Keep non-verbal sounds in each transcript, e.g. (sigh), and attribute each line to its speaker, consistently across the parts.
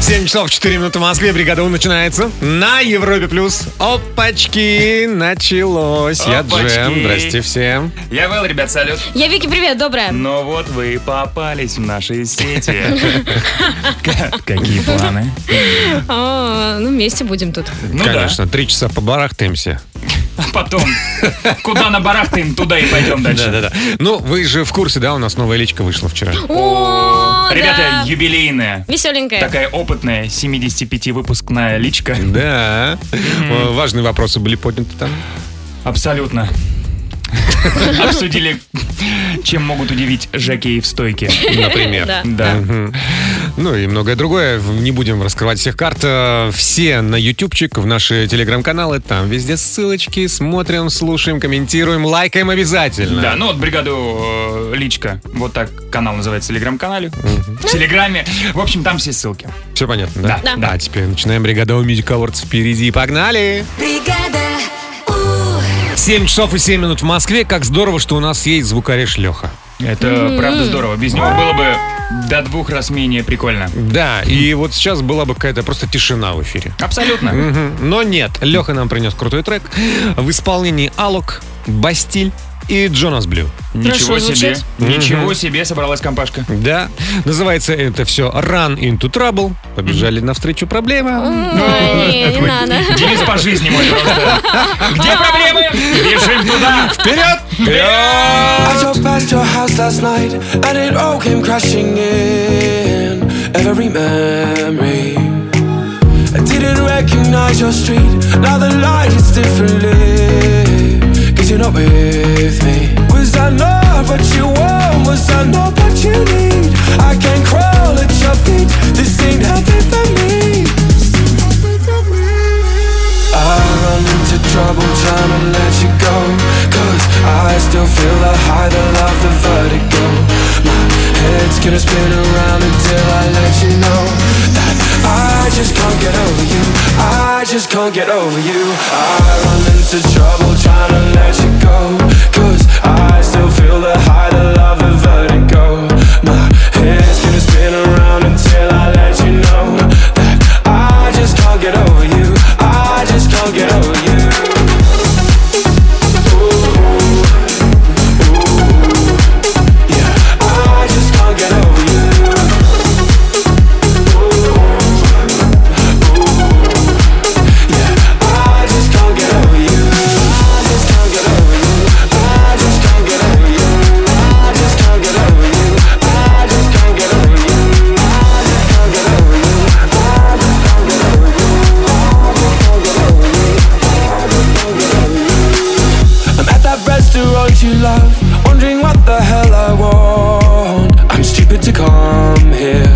Speaker 1: 7 часов 4 минуты в Москве. Бригада У начинается на Европе+. плюс. Опачки, началось. Я
Speaker 2: Опачки.
Speaker 1: Джем, здрасте всем.
Speaker 2: Я Вэл, ребят, салют.
Speaker 3: Я Вики, привет, доброе.
Speaker 2: Но вот вы и попались в
Speaker 3: (laughs)
Speaker 2: наши сети. К- Какие планы?
Speaker 3: А, ну, вместе будем тут.
Speaker 2: Ну да,
Speaker 1: Конечно, три часа побарахтаемся.
Speaker 2: потом. Куда на барахтаем, туда и пойдем дальше.
Speaker 1: Да-да-да. Ну, вы же в курсе, да, у нас новая личка вышла
Speaker 2: (laughs)
Speaker 1: вчера.
Speaker 3: О,
Speaker 2: Ребята,
Speaker 3: да.
Speaker 2: юбилейная.
Speaker 3: Веселенькая.
Speaker 2: Такая опытная, 75-выпускная личка.
Speaker 1: Да. Э, Важные вопросы были подняты там.
Speaker 2: Абсолютно.
Speaker 3: (laughs)
Speaker 2: Обсудили, чем могут удивить Жакеи в стойке.
Speaker 1: Например.
Speaker 3: Да.
Speaker 2: Да.
Speaker 1: Ну и многое другое. Не будем раскрывать всех карт. Э, Все на ютубчик, в наши телеграм-каналы. Там везде ссылочки. Смотрим, слушаем, комментируем, лайкаем обязательно.
Speaker 2: Да, ну вот бригаду э, Личка. Вот так канал называется в Телеграм-канале. В Телеграме. В общем, там все ссылки.
Speaker 1: Все понятно, да?
Speaker 3: Да. Да.
Speaker 1: А теперь начинаем бригада у Music Awards впереди. Погнали!
Speaker 4: Бригада У.
Speaker 1: 7 часов и 7 минут в Москве. Как здорово, что у нас есть звукореж Леха.
Speaker 2: Это правда здорово. Без него было бы до двух раз менее прикольно.
Speaker 1: Да, и вот сейчас была бы какая-то просто тишина в эфире.
Speaker 2: Абсолютно.
Speaker 1: Мгм. Но нет, Леха нам принес крутой трек в исполнении Алок, Бастиль и Джонас Блю.
Speaker 2: Ничего
Speaker 3: Хорошо
Speaker 2: себе.
Speaker 3: звучит.
Speaker 2: Ничего себе собралась компашка.
Speaker 1: Да, называется это все Run into Trouble. Побежали навстречу проблемам.
Speaker 2: Ну,
Speaker 3: Ой, не, не надо.
Speaker 2: Девиз по жизни мой просто. Где проблемы? Бежим туда.
Speaker 1: Вперед!
Speaker 5: I drove past your house last night and it all came crashing in. Every memory. I didn't recognize your street. Now the light is differently. Cause you're not with me. Was I not what you want? Was I not what you need? I can crawl at your feet. This ain't healthy for me. I run into trouble trying to let you go Cause I still feel the high, the love, the vertigo My head's gonna spin around until I let you know That I just can't get over you I just can't get over you I run into trouble trying to let you go Cause I still feel the high, the love, the vertigo My head's gonna spin around until I let you know That I just can't get over you I just can't get over you. Ooh, ooh, yeah. I just can't get over you. Ooh, ooh, yeah. I just can't get over you. I just can't get over you. I just can't get over you. I just can't get over you. I just can't get over you. I just can't get over you. I just can't get over you. I'm at that restaurant you love, wondering what the hell I want. I'm stupid to come here.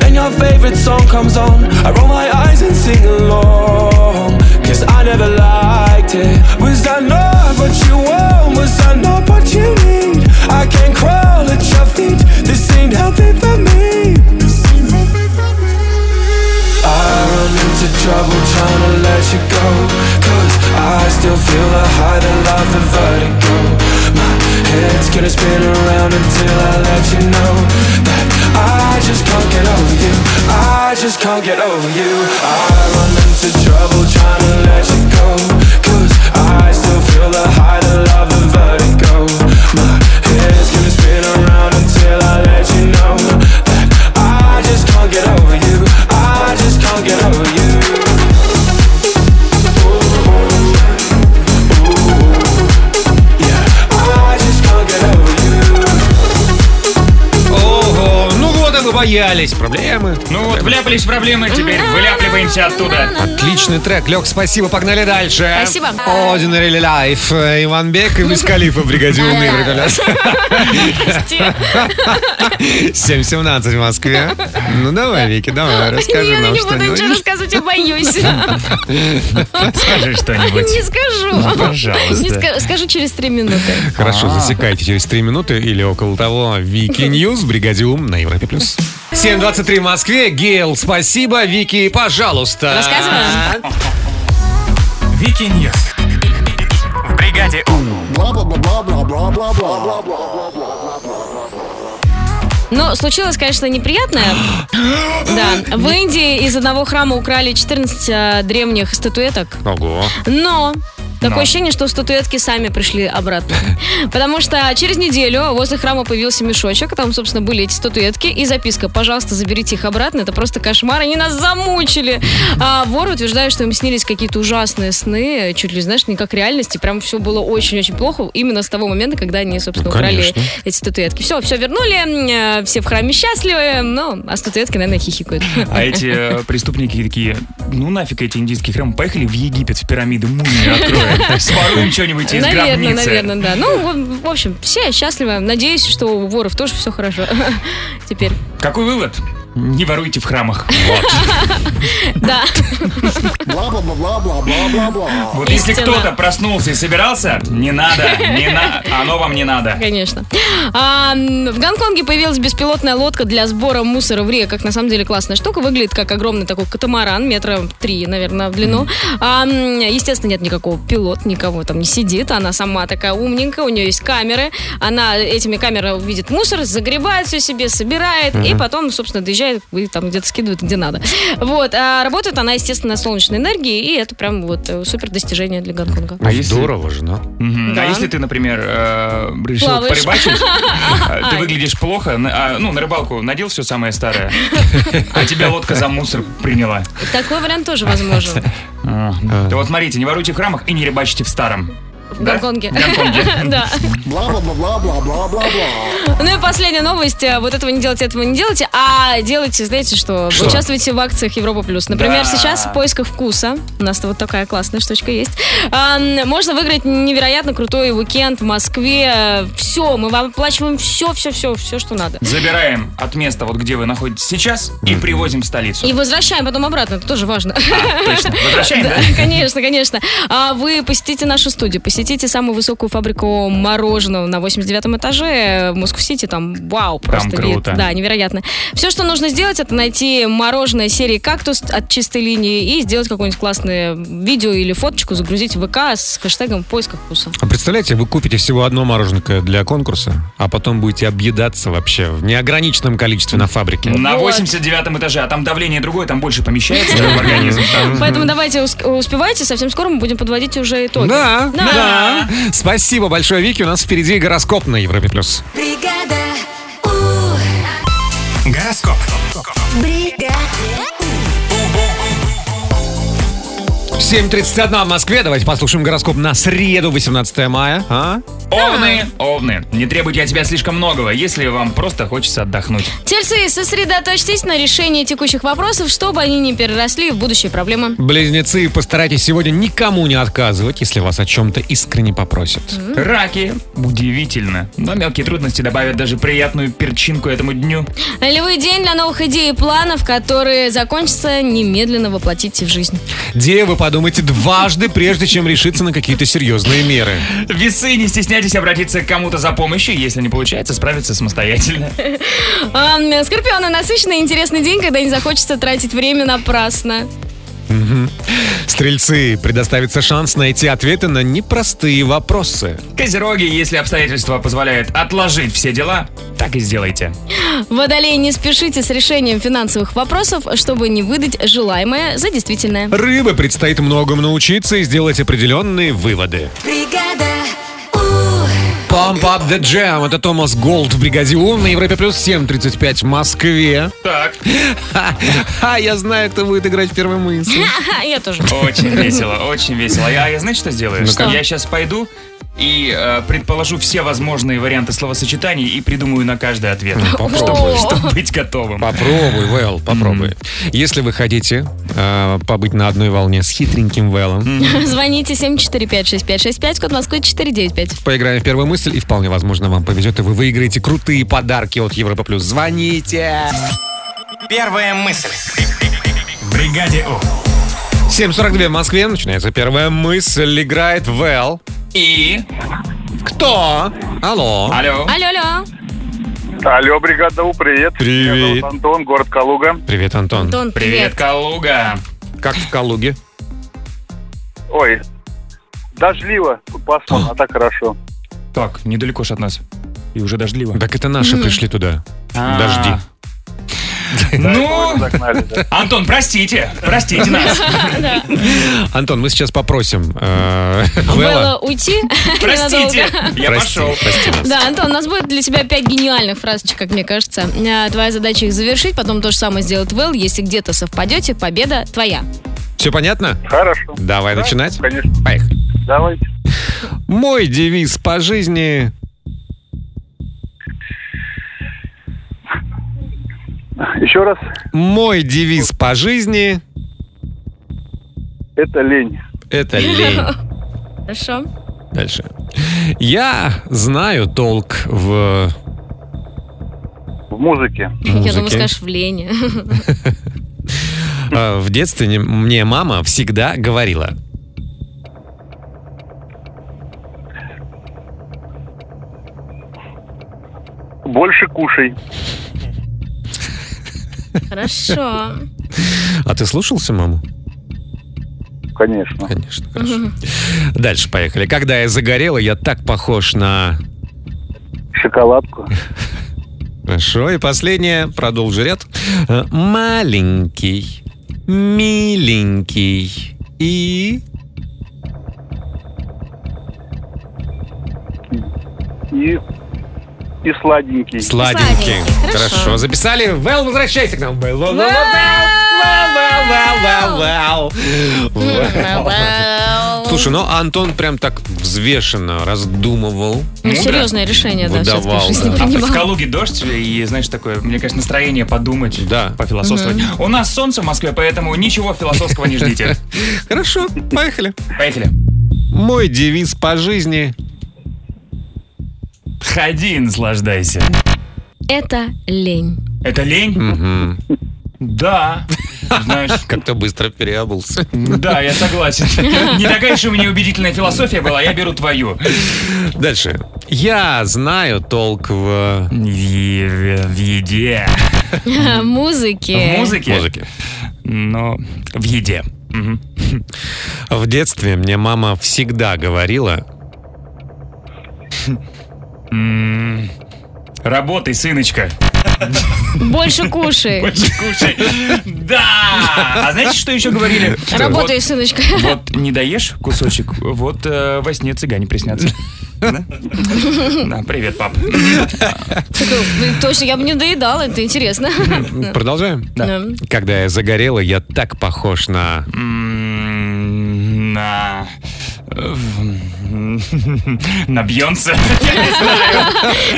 Speaker 5: Then your favorite song comes on, I roll my eyes and sing along. Cause I never liked it. Was I not what you want? Was I not what you need? I can crawl at your feet, this ain't healthy for me. I run into trouble trying to let you go Cause I still feel the high, the love, the vertigo My head's gonna spin around until I let you know That I just can't get over you I just can't get over you I run into trouble trying to let you go Cause I still feel the high, the love, the vertigo My head's gonna spin around until I let you know That I just can't get over you I just can't get over you. Ooh, ooh, yeah. I just can't get over you.
Speaker 1: Ого, ну вот и боялись проблемы.
Speaker 2: Ну вот, вляпались в проблемы, теперь выляпливаемся оттуда.
Speaker 1: Отличный трек. Лех, спасибо, погнали дальше.
Speaker 3: Спасибо.
Speaker 1: Ordinary Life. э, Иван Бек и Мисс Калифа, бригадир Уны, приколяс.
Speaker 2: ну,
Speaker 3: Прости.
Speaker 1: 7.17 в Москве. Ну давай, Вики, давай,
Speaker 3: Не,
Speaker 1: расскажи
Speaker 3: ну
Speaker 1: нам
Speaker 3: не буду ничего
Speaker 1: что-нибудь.
Speaker 3: рассказывать, я
Speaker 2: (laughs)
Speaker 3: боюсь.
Speaker 2: Ну, Скажи что-нибудь.
Speaker 3: Не
Speaker 2: Ну,
Speaker 3: скажу. Не ска- скажу через три минуты.
Speaker 1: Хорошо, засекайте через 3 минуты или около того. Вики Ньюс, Бригадиум на Европе+. плюс. 7.23 в Москве. Гейл, спасибо. Вики, пожалуйста.
Speaker 2: А.
Speaker 3: Рассказываем?
Speaker 2: Вики Ньюс. В бригаде У.
Speaker 3: Но Ну, случилось, конечно,
Speaker 2: (gasps)
Speaker 3: неприятное. Да. В Индии из одного храма украли 14 э, древних статуэток.
Speaker 1: Ого.
Speaker 3: А Но такое
Speaker 2: Но.
Speaker 3: ощущение, что статуэтки сами пришли обратно. (laughs) Потому что через неделю возле храма появился мешочек, там, собственно, были эти статуэтки и записка «Пожалуйста, заберите их обратно, это просто кошмар, они нас замучили». А вор утверждает, что им снились какие-то ужасные сны, чуть ли, знаешь, не как реальности, прям все было очень-очень плохо именно с того момента, когда они, собственно,
Speaker 1: Ну,
Speaker 3: украли
Speaker 1: конечно.
Speaker 3: эти статуэтки. Все, все вернули, э, все в храме счастливы, но а статуэтки, наверное, хихикают.
Speaker 2: А эти э, преступники такие, ну нафиг эти индийские храмы, поехали в Египет, в пирамиды, мумии откроем, своруем что-нибудь из
Speaker 3: Наверное,
Speaker 2: гробницы.
Speaker 3: наверное, да. Ну, в- в общем, все счастливы. Надеюсь, что у воров тоже все хорошо. (laughs) Теперь.
Speaker 2: Какой вывод? Не воруйте в храмах.
Speaker 3: Да.
Speaker 6: Бла-бла-бла-бла-бла-бла-бла.
Speaker 2: Вот если
Speaker 3: Истина.
Speaker 2: кто-то проснулся и собирался, не надо, не надо, оно вам не надо.
Speaker 3: Конечно. А, м, в Гонконге появилась беспилотная лодка для сбора мусора в реках. На самом деле классная штука. Выглядит как огромный такой катамаран, метра три, наверное, в длину. А, м, естественно, нет никакого пилот, никого там не сидит. Она сама такая умненькая, у нее есть камеры. Она этими камерами видит мусор, загребает все себе, собирает и потом, собственно, доезжает и там где-то скидывает, где надо. Вот. А работает она, естественно, на солнечной энергии, и это прям вот э, супер достижение для
Speaker 2: (laughs)
Speaker 3: Гонконга.
Speaker 1: Ну,
Speaker 2: если-
Speaker 1: Здорово же, но.
Speaker 2: Мгм.
Speaker 3: Да.
Speaker 2: А если ты, например, э, решил
Speaker 3: Плаваешь.
Speaker 2: порыбачить, э, ты
Speaker 3: Ай.
Speaker 2: выглядишь плохо, на- а, ну, на рыбалку надел все самое старое, а тебя лодка за мусор приняла.
Speaker 3: Такой вариант тоже возможен
Speaker 2: А, Да вот смотрите, не воруйте в храмах и не рыбачите в старом.
Speaker 3: в
Speaker 2: Да?
Speaker 3: Гонконге.
Speaker 2: В Гонконге.
Speaker 3: (laughs) Да.
Speaker 6: Бла-бла-бла-бла-бла-бла-бла.
Speaker 3: Ну и последняя новость. Э, Вот этого не делайте, этого не делайте, а делайте, знаете что?
Speaker 2: Что?
Speaker 3: Участвуйте в акциях Европа Плюс. Например,
Speaker 2: Да.
Speaker 3: сейчас в поисках вкуса. У нас вот такая классная штучка есть. А, м, Можно выиграть невероятно крутой уикенд в Москве. Все, мы вам оплачиваем все, все, все, все, что надо.
Speaker 2: Забираем от места, вот где вы находитесь сейчас, и привозим в столицу.
Speaker 3: И возвращаем потом обратно, это тоже важно.
Speaker 2: Точно.
Speaker 3: (laughs)
Speaker 2: Возвращаем, Э, да?
Speaker 3: Конечно, конечно. А вы посетите нашу студию, посетите самую высокую фабрику мороженого на 89 этаже в Москву-Сити. Там вау, просто
Speaker 2: Там круто.
Speaker 3: нет, да, невероятно. Все, что нужно сделать, это найти мороженое серии «Кактус» от чистой линии и сделать какое-нибудь классное видео или фоточку, загрузить в ВК с хэштегом «В поисках вкуса».
Speaker 1: А представляете, вы купите всего одно мороженое для конкурса, а потом будете объедаться вообще в неограниченном количестве на фабрике.
Speaker 2: На
Speaker 3: Вот.
Speaker 2: 89 этаже, а там давление другое, там больше помещается да, в организм. там.
Speaker 3: Поэтому давайте уск- успевайте, совсем скоро мы будем подводить уже итоги.
Speaker 1: Да,
Speaker 3: Да.
Speaker 1: да. Спасибо большое, Вики. У нас впереди гороскоп на Европе+. плюс.
Speaker 4: Бригада У.
Speaker 7: Гороскоп.
Speaker 4: Бригада.
Speaker 1: 7.31 в Москве. Давайте послушаем гороскоп на среду, 18 мая. А?
Speaker 2: Овны, овны, не требуйте от тебя слишком многого, если вам просто хочется отдохнуть.
Speaker 3: Тельцы, сосредоточьтесь на решении текущих вопросов, чтобы они не переросли в будущие проблемы.
Speaker 1: Близнецы, постарайтесь сегодня никому не отказывать, если вас о чем-то искренне попросят.
Speaker 2: Раки, удивительно, но мелкие трудности добавят даже приятную перчинку этому дню.
Speaker 3: Львы день для новых идей и планов, которые закончатся немедленно воплотите в жизнь.
Speaker 1: Девы, подумайте дважды, прежде чем решиться на какие-то серьезные меры.
Speaker 2: Весы, не стесняйтесь обратиться к кому-то за помощью, если не получается справиться самостоятельно.
Speaker 3: А, м, Скорпионы насыщенный и интересный день, когда не захочется тратить время напрасно.
Speaker 1: Стрельцы, предоставится шанс найти ответы на непростые вопросы.
Speaker 2: Козероги, если обстоятельства позволяют отложить все дела, так и сделайте.
Speaker 3: Водолеи, не спешите с решением финансовых вопросов, чтобы не выдать желаемое за действительное.
Speaker 1: Рыбы предстоит многому научиться и сделать определенные выводы.
Speaker 4: Бригада У.
Speaker 1: Pump Up The Jam. Это Томас Голд в бригаде У на Европе Плюс 7.35 в Москве.
Speaker 2: Так,
Speaker 1: Ха, ха, я знаю, кто будет играть в первой мысли.
Speaker 3: Ха-ха, Я тоже.
Speaker 2: очень весело, очень весело. А я, я знаешь, что сделаю?
Speaker 1: Ну-ка.
Speaker 2: Я сейчас пойду и э, предположу все возможные варианты словосочетаний и придумаю на каждый ответ.
Speaker 1: Попробуй.
Speaker 2: Чтобы быть готовым.
Speaker 1: Попробуй, Вэл, попробуй. Если вы хотите э, побыть на одной волне с хитреньким Вэлом,
Speaker 3: (laughs) Звоните 745-6565, код Москвы 495.
Speaker 1: поиграем в первую мысль, и вполне возможно вам повезет, и вы выиграете крутые подарки от Европа Плюс. Звоните!
Speaker 7: Первая мысль. В бригаде У.
Speaker 1: 7.42 в Москве, начинается первая мысль, играет Вэл.
Speaker 2: И...
Speaker 1: Кто? Алло.
Speaker 2: Алло.
Speaker 3: Алло, алло.
Speaker 8: Алло, бригада У, привет.
Speaker 1: Привет.
Speaker 8: Меня зовут Антон, город Калуга.
Speaker 1: Привет, Антон.
Speaker 3: Антон,
Speaker 2: Привет,
Speaker 3: привет.
Speaker 2: Калуга.
Speaker 1: Как в Калуге?
Speaker 8: Ой, дождливо, тут пасмурно, а так хорошо.
Speaker 2: Так, недалеко ж от нас. И уже дождливо.
Speaker 1: Так это наши пришли туда.
Speaker 2: А.
Speaker 1: Дожди.
Speaker 2: Ну,
Speaker 8: Загнали, да.
Speaker 2: Антон, простите, простите нас.
Speaker 3: Да.
Speaker 1: Антон, мы сейчас попросим. э,
Speaker 3: Белла,
Speaker 1: Белла,
Speaker 3: уйти (laughs)
Speaker 2: Простите,
Speaker 3: ненадолго.
Speaker 2: я
Speaker 1: прости,
Speaker 2: пошел.
Speaker 1: прости нас.
Speaker 3: Да, Антон, у нас будет для тебя пять гениальных фразочек, как мне кажется. А, Твоя задача их завершить, потом то же самое сделает Вэл. Если где-то совпадете, победа твоя.
Speaker 1: Все понятно?
Speaker 8: Хорошо.
Speaker 1: Давай начинать.
Speaker 8: Конечно.
Speaker 1: Поехали.
Speaker 8: Давайте.
Speaker 1: Мой девиз по жизни...
Speaker 8: Еще раз.
Speaker 1: Мой девиз по жизни...
Speaker 8: Это лень.
Speaker 1: Это лень.
Speaker 3: Хорошо.
Speaker 1: Дальше. Я знаю толк в
Speaker 8: В музыке.
Speaker 3: Я думаю,
Speaker 1: музыке.
Speaker 3: скажешь в лени.
Speaker 1: Э, В детстве не- мне мама всегда говорила.
Speaker 8: Больше кушай.
Speaker 3: (laughs) Хорошо.
Speaker 1: А ты слушался маму?
Speaker 8: Конечно.
Speaker 1: Конечно, хорошо. Дальше поехали. Когда я загорела, я так похож на...
Speaker 8: Шоколадку.
Speaker 1: Хорошо. И последнее. Продолжи ряд. Э, Маленький, миленький и...
Speaker 8: И, и сладенький.
Speaker 1: Сладенький.
Speaker 3: Сладенький.
Speaker 1: Хорошо.
Speaker 3: Хорошо.
Speaker 1: Записали. Вэл, возвращайся к нам. Вэл, Вэл, Вэл, Вэл, Вэл, Вэл, Вэл, Вэл, Вэл. Слушай, ну Антон прям так взвешенно раздумывал.
Speaker 3: Ну,
Speaker 2: мудро
Speaker 3: серьезное решение, да, все-таки
Speaker 1: выдавал,
Speaker 3: жизнь
Speaker 1: да.
Speaker 3: не
Speaker 2: А в
Speaker 3: принимала.
Speaker 2: Калуге дождь, и, знаешь, такое, мне кажется, настроение подумать,
Speaker 1: Да.
Speaker 2: пофилософствовать. У нас солнце в Москве, поэтому ничего философского
Speaker 1: (laughs)
Speaker 2: не ждите.
Speaker 1: Хорошо, поехали.
Speaker 2: Поехали.
Speaker 1: Мой девиз по жизни.
Speaker 2: Ходи, наслаждайся.
Speaker 3: Это лень. (laughs)
Speaker 2: Это лень?
Speaker 1: Мгм.
Speaker 2: Да. Знаешь,
Speaker 1: Как-то быстро переобулся.
Speaker 2: да, я согласен. Не такая уж у меня убедительная философия была, я беру твою.
Speaker 1: Дальше. Я знаю толк в
Speaker 2: В е- в еде.
Speaker 3: В музыке.
Speaker 2: В музыке?
Speaker 1: музыке.
Speaker 2: Но в еде. Мгм.
Speaker 1: В детстве мне мама всегда говорила.
Speaker 2: М, Работай, (laughs) сыночка.
Speaker 3: Больше кушай.
Speaker 2: (laughs) Больше кушай. Да! А знаете, что еще говорили?
Speaker 3: Работай, сыночка. (laughs)
Speaker 2: Вот, вот не доешь кусочек, вот э, во сне цыгане приснятся. Да? Да, привет, пап.
Speaker 3: Ну, Точно, я бы не доедала, это интересно. Э,
Speaker 1: Продолжаем.
Speaker 3: Да.
Speaker 1: Когда я загорела, я так похож на...
Speaker 2: М, На... в- На Бьонсе. Я не знаю.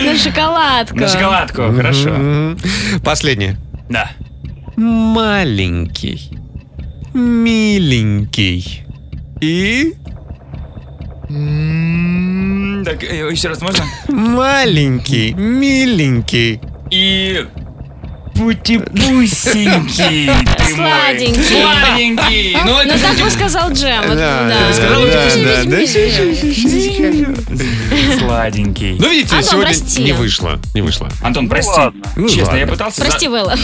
Speaker 3: На шоколадку.
Speaker 2: На шоколадку, хорошо.
Speaker 1: Мгм. Последнее.
Speaker 2: Да.
Speaker 1: Маленький, миленький и
Speaker 2: М, Так, э, еще раз можно?
Speaker 1: маленький, миленький.
Speaker 2: И... (laughs) Пути-пусенький ты мой.
Speaker 3: Сладенький.
Speaker 2: Сладенький. Ну,
Speaker 3: Ну,
Speaker 2: это
Speaker 3: так бы
Speaker 2: же
Speaker 3: сказал Джем. Вот,
Speaker 1: А,
Speaker 3: да.
Speaker 2: сказала,
Speaker 3: Да,
Speaker 2: типа,
Speaker 3: да, да.
Speaker 2: сладенький.
Speaker 1: Ну, видите,
Speaker 3: Антон,
Speaker 1: сегодня
Speaker 3: прости.
Speaker 1: не вышло. Не вышло.
Speaker 2: Антон, прости.
Speaker 8: ладно.
Speaker 1: Ну,
Speaker 2: Честно,
Speaker 1: ладно.
Speaker 2: я пытался... за-
Speaker 3: Прости, Вэлла.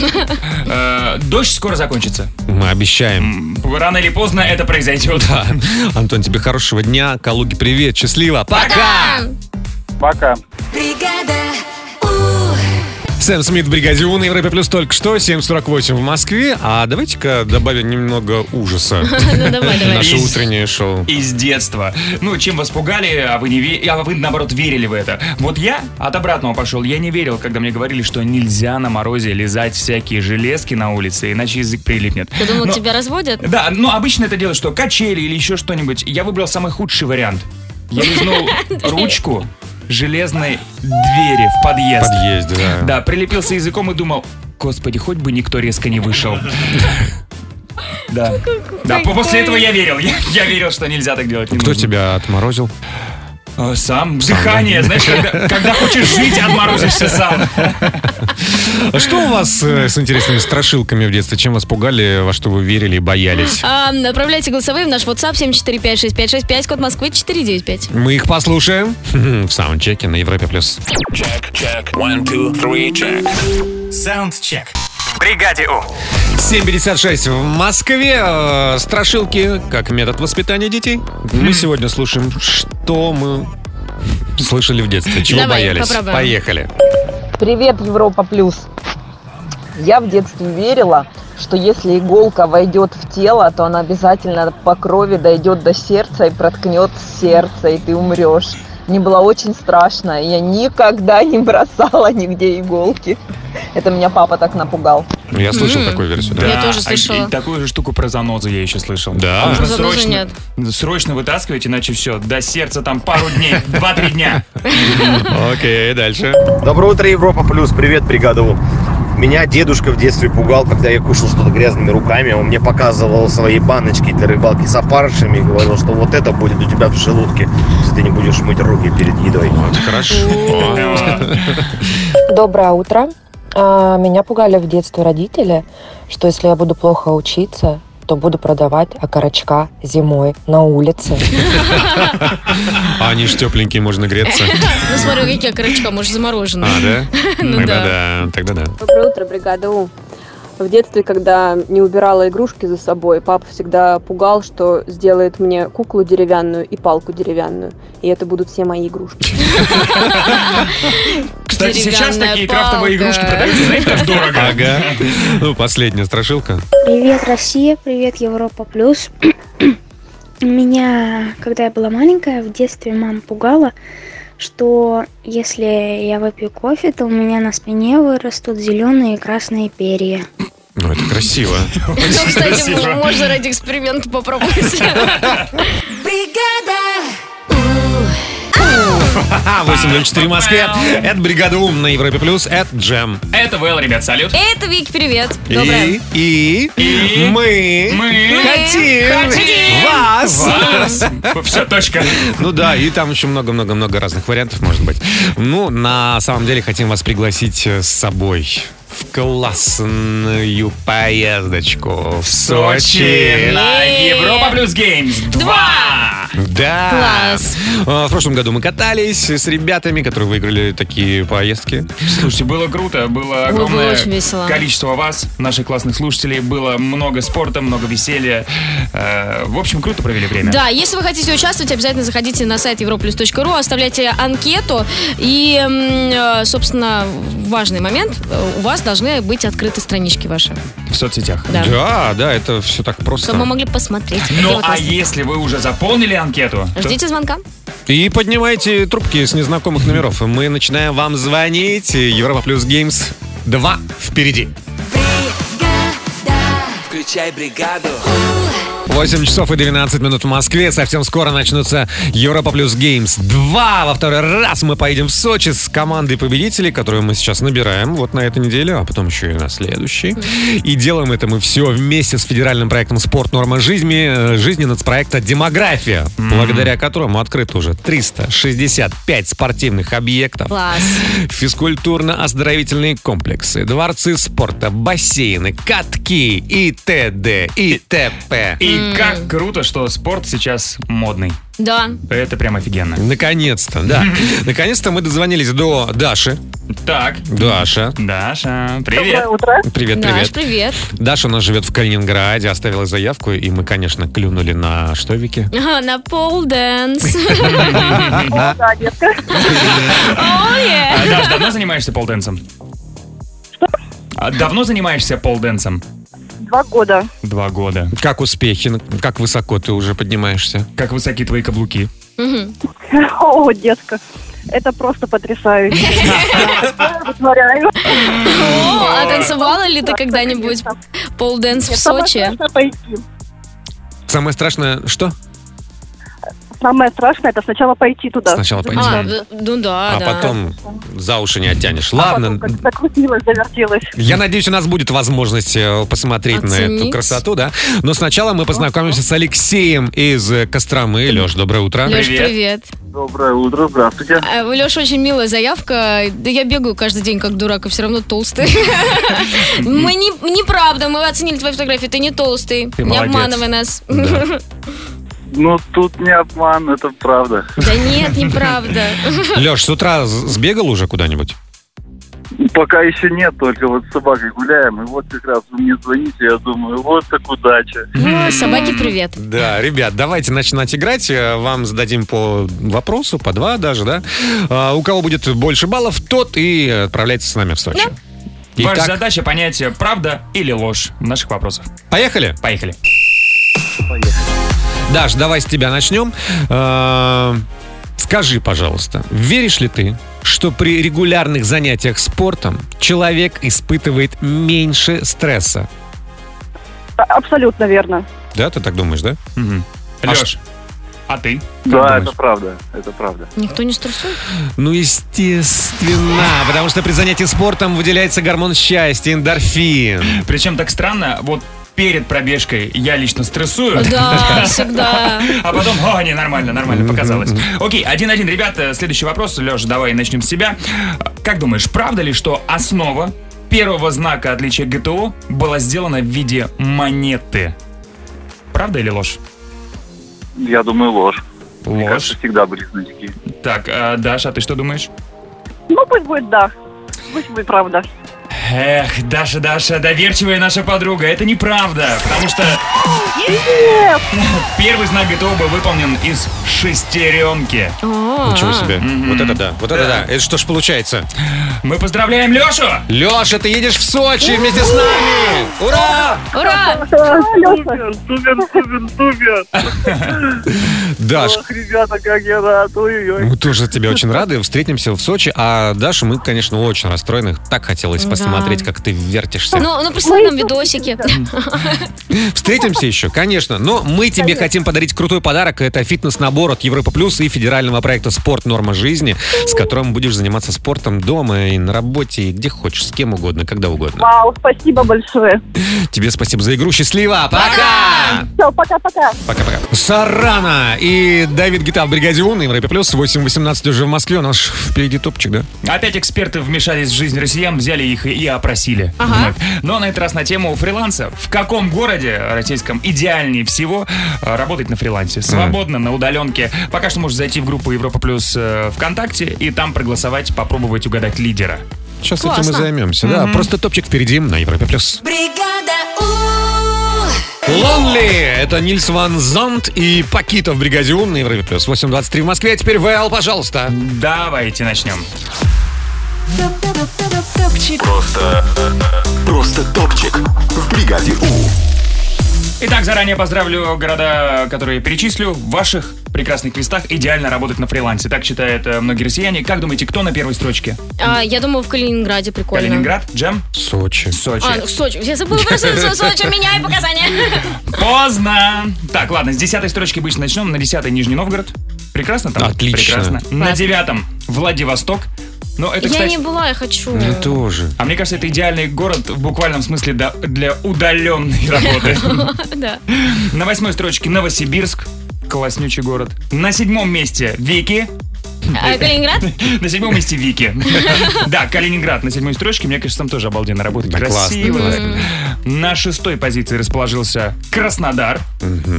Speaker 2: Э, дождь скоро закончится.
Speaker 1: Мы обещаем.
Speaker 2: М, Рано или поздно это произойдет.
Speaker 1: (laughs) Антон, тебе хорошего дня. Калуги, привет. Счастливо. Пока!
Speaker 8: Пока.
Speaker 4: Бригада У.
Speaker 1: Сэм Смит в бригаде У на Европе Плюс только что. 7.48 в Москве. А давайте-ка добавим немного ужаса.
Speaker 3: (laughs) Ну, (laughs) давай,
Speaker 1: в Наше
Speaker 2: Из-
Speaker 3: давай.
Speaker 1: утреннее шоу.
Speaker 2: Из детства. Ну, чем вас пугали, а вы не ве- а вы наоборот верили в это. Вот я от обратного пошел. Я не верил, когда мне говорили, что нельзя на морозе лизать всякие железки на улице, иначе язык прилипнет.
Speaker 3: Я думал,
Speaker 2: Но-
Speaker 3: тебя разводят.
Speaker 2: Да, но обычно это дело, что качели или еще что-нибудь. Я выбрал самый худший вариант. Я лизнул ручку железной двери в
Speaker 1: В
Speaker 2: подъезд.
Speaker 1: подъезде, да.
Speaker 2: Да, прилепился языком и думал, господи, хоть бы никто резко не вышел. Да. Да, по- после этого я верил. Я, я верил, что нельзя так делать. не
Speaker 1: Кто
Speaker 2: нужно.
Speaker 1: тебя отморозил?
Speaker 2: А, Сам. Дыхание, знаешь, когда, когда хочешь жить, отморозишься сам.
Speaker 1: А что у вас э, с интересными страшилками в детстве? Чем вас пугали, во что вы верили и боялись?
Speaker 3: А, Направляйте голосовые в наш WhatsApp 7456565, код Москвы 495.
Speaker 1: Мы их послушаем (laughs) в саундчеке на Европе+. плюс.
Speaker 7: Саундчек. В бригаде У.
Speaker 1: 7.56 в Москве. Э, Страшилки как метод воспитания детей. Мы сегодня слушаем, что мы слышали в детстве, чего
Speaker 3: Давай,
Speaker 1: боялись.
Speaker 3: попробуем.
Speaker 1: Поехали.
Speaker 6: Привет, Европа Плюс. Я в детстве верила, что если иголка войдет в тело, то она обязательно по крови дойдет до сердца и проткнет сердце, и ты умрешь. Мне было очень страшно, и я никогда не бросала нигде иголки. Это меня папа так напугал.
Speaker 1: Я слышал
Speaker 3: М.
Speaker 1: такую версию, да.
Speaker 3: Я тоже
Speaker 2: а
Speaker 3: слышала. А,
Speaker 2: и такую же штуку про занозу я еще слышал.
Speaker 1: Да.
Speaker 3: Про
Speaker 2: Нужно
Speaker 3: занозу
Speaker 2: срочно, срочно вытаскивать, иначе все, до сердца там пару дней, два-три дня.
Speaker 1: Окей, дальше.
Speaker 9: Доброе утро, Европа Плюс. Привет, бригада У. Меня дедушка в детстве пугал, когда я кушал что-то грязными руками. Он мне показывал свои баночки для рыбалки с опарышами и говорил, что вот это будет у тебя в желудке, если ты не будешь мыть руки перед едой.
Speaker 1: Вот, Ну, хорошо.
Speaker 10: Доброе утро. А, Меня пугали в детстве родители, что если я буду плохо учиться, то буду продавать окорочка зимой на улице.
Speaker 1: А они ж тепленькие, можно греться.
Speaker 3: Ну, смотрю, какие окорочка, может, замороженные.
Speaker 1: А, да?
Speaker 3: Ну
Speaker 1: Тогда
Speaker 3: да.
Speaker 1: да, тогда да.
Speaker 6: Доброе утро, бригада У. В детстве, когда не убирала игрушки за собой, папа всегда пугал, что сделает мне куклу деревянную и палку деревянную. И это будут все мои игрушки.
Speaker 2: Кстати, сейчас
Speaker 3: Деревянная
Speaker 2: такие крафтовые
Speaker 3: палка.
Speaker 2: игрушки продаются, знаете, как дорого.
Speaker 1: Ага. Ну, последняя страшилка.
Speaker 11: Привет, Россия, привет, Европа Плюс. (clears throat) Меня, когда я была маленькая, в детстве мама пугала, что если я выпью кофе, то у меня на спине вырастут зеленые и красные перья.
Speaker 1: Ну, это красиво.
Speaker 3: Ну, кстати,
Speaker 2: Спасибо.
Speaker 3: м- можно ради эксперимента
Speaker 2: (laughs)
Speaker 3: попробовать.
Speaker 4: бригада,
Speaker 1: 8.04 в Москве. Это «Бригада Ум» на Европе Плюс. Это Джем.
Speaker 2: Это Вэл, ребят, салют.
Speaker 3: Это Вики, привет. Доброе.
Speaker 1: И, и,
Speaker 2: И
Speaker 1: мы,
Speaker 2: мы
Speaker 1: хотим,
Speaker 2: хотим
Speaker 1: вас.
Speaker 2: Все, точка.
Speaker 1: Ну да, и там еще много-много-много разных вариантов может быть. Ну, на самом деле хотим вас пригласить э, с собой в классную поездочку в Сочи.
Speaker 2: на Европа Плюс Геймс 2.
Speaker 1: Да.
Speaker 3: Класс.
Speaker 1: А, В прошлом году мы катались с ребятами, которые выиграли такие поездки.
Speaker 2: Слушайте, было круто, было
Speaker 3: было
Speaker 2: огромное
Speaker 3: очень весело.
Speaker 2: количество вас, наших классных слушателей, было много спорта, много веселья. Э, В общем, круто провели время.
Speaker 3: Да, если вы хотите участвовать, обязательно заходите на сайт europlus.ru, оставляйте анкету. И, м, э, собственно, важный момент. э, У вас должны быть открыты странички ваши.
Speaker 2: В соцсетях.
Speaker 3: Да.
Speaker 1: да, да, это все так просто.
Speaker 3: Чтобы мы могли посмотреть.
Speaker 2: Ну
Speaker 3: Было
Speaker 2: а
Speaker 3: классно.
Speaker 2: если вы уже заполнили анкету, то-
Speaker 3: Ждите звонка.
Speaker 1: И поднимайте трубки с незнакомых номеров. Мы начинаем вам звонить. Европа Плюс Геймс 2 впереди.
Speaker 4: бригада.
Speaker 1: 8 часов и 12 минут в Москве. Совсем скоро начнутся Европа Плюс Геймс 2. Во второй раз мы поедем в Сочи с командой победителей, которую мы сейчас набираем вот на этой неделе, а потом еще и на следующей. И делаем это мы все вместе с федеральным проектом «Спорт. Норма жизни», э, жизни нацпроекта «Демография», благодаря которому открыто уже 365 спортивных объектов.
Speaker 3: Класс.
Speaker 1: Физкультурно-оздоровительные комплексы, дворцы спорта, бассейны, катки и т.д. и т.п.
Speaker 2: И как круто, что спорт сейчас модный.
Speaker 3: Да.
Speaker 2: Это прям офигенно.
Speaker 1: Наконец-то, да. Наконец-то мы дозвонились до Даши.
Speaker 2: Так,
Speaker 1: Даша.
Speaker 2: Даша, привет.
Speaker 1: Привет,
Speaker 3: Наш
Speaker 1: Э, привет.
Speaker 3: привет.
Speaker 1: Даша у нас живет в Калининграде, оставила заявку, и мы, конечно, клюнули на что, Вики?
Speaker 3: Ага, На пол дэнс. О, е.
Speaker 2: А, Даш, давно занимаешься полденсом? Что? Давно занимаешься полденсом?
Speaker 6: Два года. (laughs)
Speaker 2: Два года.
Speaker 1: Как успехи, как высоко ты уже поднимаешься?
Speaker 2: Как высоки твои каблуки?
Speaker 3: Мгм.
Speaker 6: О, детка. Это
Speaker 3: (laughs)
Speaker 6: просто потрясающе.
Speaker 3: О, а танцевала ли ты когда-нибудь пол дэнс в Сочи?
Speaker 6: пойти.
Speaker 1: Самое страшное, что?
Speaker 6: Самое страшное это сначала пойти туда.
Speaker 1: Сначала пойти.
Speaker 3: А, в- ну да,
Speaker 1: А
Speaker 3: да. А
Speaker 1: потом за уши не оттянешь. Ладно,
Speaker 6: закрутилась, завертелась.
Speaker 1: я надеюсь, у нас будет возможность э, посмотреть на эту
Speaker 3: Оценить.
Speaker 1: красоту, да? Но сначала мы познакомимся с Алексеем из э, Костромы. Леш, доброе утро.
Speaker 3: Леш,
Speaker 2: Привет.
Speaker 3: привет.
Speaker 8: Доброе утро, здравствуйте.
Speaker 3: А, У Леши очень милая заявка. Да я бегаю каждый день как дурак, и все равно толстый. Мы не, неправда, мы оценили твои фотографии, ты не толстый.
Speaker 2: Ты
Speaker 3: не
Speaker 2: молодец.
Speaker 3: обманывай нас. (laughs)
Speaker 1: Да.
Speaker 8: Ну, тут не обман, это правда.
Speaker 3: Да нет, неправда.
Speaker 1: Леш, с утра з- сбегал уже куда-нибудь?
Speaker 8: Пока еще нет, только вот с собакой гуляем. И вот как раз вы мне звоните, я думаю, вот так удача.
Speaker 3: Ну, собаки привет.
Speaker 1: Да, ребят, давайте начинать играть. Э, Вам зададим по вопросу, по два даже, да? А, У кого будет больше баллов, тот и отправляется с нами в Сочи.
Speaker 2: Ваша
Speaker 1: Итак.
Speaker 2: задача понять, правда или ложь в наших вопросах.
Speaker 1: Поехали?
Speaker 2: Поехали.
Speaker 1: Даш, давай с тебя начнем. Э, Скажи, пожалуйста, веришь ли ты, что при регулярных занятиях спортом человек испытывает меньше стресса?
Speaker 12: А- Абсолютно верно.
Speaker 1: Да, ты так думаешь, да?
Speaker 2: Леш, а ты?
Speaker 8: Да, это правда, это правда.
Speaker 3: Никто не стрессует?
Speaker 1: Ну, естественно, потому что при занятии спортом выделяется гормон счастья, эндорфин.
Speaker 2: Причем так странно, вот перед пробежкой я лично стрессую. (laughs)
Speaker 3: Да, всегда.
Speaker 2: А потом, о, не, нормально, нормально, показалось. Окей, один-один, ребята, следующий вопрос. Леша, давай начнем с тебя. Как думаешь, правда ли, что основа первого знака отличия ГТО была сделана в виде монеты? Правда или ложь?
Speaker 8: Я думаю, ложь.
Speaker 2: Ложь?
Speaker 8: всегда были значки.
Speaker 2: Так, э, Даша, а ты что думаешь?
Speaker 12: Ну, пусть будет да. Пусть будет правда.
Speaker 2: Эх, Даша, Даша, доверчивая наша подруга, это неправда, потому что (laughs) первый знак ГТО был выполнен из шестеренки.
Speaker 1: Ничего себе. Вот это да, вот это А. да. Это что ж получается?
Speaker 2: Мы поздравляем Лешу!
Speaker 1: Леша, ты едешь в Сочи вместе с нами! Ура!
Speaker 3: Ура!
Speaker 12: Супер,
Speaker 8: супер, супер, супер.
Speaker 1: Даш,
Speaker 8: Ох, ребята, как я рад. Ой-ой-ой.
Speaker 1: мы тоже тебе очень рады. Встретимся в Сочи. А Даша, мы, конечно, очень расстроены. Так хотелось
Speaker 3: Да.
Speaker 1: посмотреть, как ты вертишься.
Speaker 3: Ну, ну присылай нам видосики.
Speaker 1: Встретимся еще, конечно. Но мы тебе хотим подарить крутой подарок. Это фитнес-набор от Европа Плюс и федерального проекта «Спорт. Норма жизни», с которым будешь заниматься спортом дома и на работе, и где хочешь, с кем угодно, когда угодно.
Speaker 12: Вау, спасибо большое.
Speaker 1: Тебе спасибо за игру. Счастливо! Пока!
Speaker 12: Все, пока-пока.
Speaker 1: Пока-пока. Сарана и Давид Гита в «Бригаде Уны» и в «Рэпе Плюс». 8.18 уже в Москве. У нас впереди топчик, да?
Speaker 2: Опять эксперты вмешались в жизнь россиян, взяли их и опросили.
Speaker 3: Ага.
Speaker 2: вновь. Но на этот раз на тему фриланса. В каком городе российском идеальнее всего э, работать на фрилансе? Свободно, на удаленке. Пока что можешь зайти в группу Европа Плюс э, ВКонтакте и там проголосовать, попробовать угадать лидера.
Speaker 1: Сейчас этим
Speaker 3: Классно.
Speaker 1: и займемся. Да, просто топчик впереди на Европе+. плюс.
Speaker 4: Бригада У.
Speaker 1: Лонли! Это Нильс Ван Зонт и Пакитов в «Бригаде Ум» на Европе+. плюс. 8.23 в Москве. А теперь ВЛ, пожалуйста.
Speaker 2: Давайте начнем.
Speaker 4: Топчик.
Speaker 7: Просто... Просто топчик в бригаде У.
Speaker 2: Итак, заранее поздравлю города, которые перечислю. В ваших прекрасных квестах идеально работать на фрилансе. Так считают э, многие россияне. Как думаете, кто на первой строчке?
Speaker 3: А, я думаю, в Калининграде прикольно.
Speaker 2: Калининград, Джем,
Speaker 1: Сочи.
Speaker 2: Сочи.
Speaker 3: А, Сочи. Я забыла про Сочи, Сочи, меняй показания.
Speaker 2: Поздно! Так, ладно, с десятой строчки обычно начнем. На десятой Нижний Новгород. Прекрасно там?
Speaker 1: Отлично.
Speaker 2: Прекрасно. На
Speaker 3: Классно.
Speaker 2: девятом Владивосток. Но это,
Speaker 3: Я
Speaker 2: кстати...
Speaker 3: не была, я хочу.
Speaker 1: Я тоже.
Speaker 2: А мне кажется, это идеальный город в буквальном смысле да- для
Speaker 3: (laughs)
Speaker 2: удаленной работы.
Speaker 3: Да.
Speaker 2: На восьмой строчке Новосибирск. Класснючий город. На седьмом месте Вики.
Speaker 3: А, Калининград?
Speaker 2: На седьмом месте Вики. (laughs) Да, Калининград на седьмой строчке. Мне кажется, там тоже обалденно работает.
Speaker 1: Да, классно,
Speaker 2: Красиво.
Speaker 1: классно.
Speaker 2: На шестой позиции расположился Краснодар.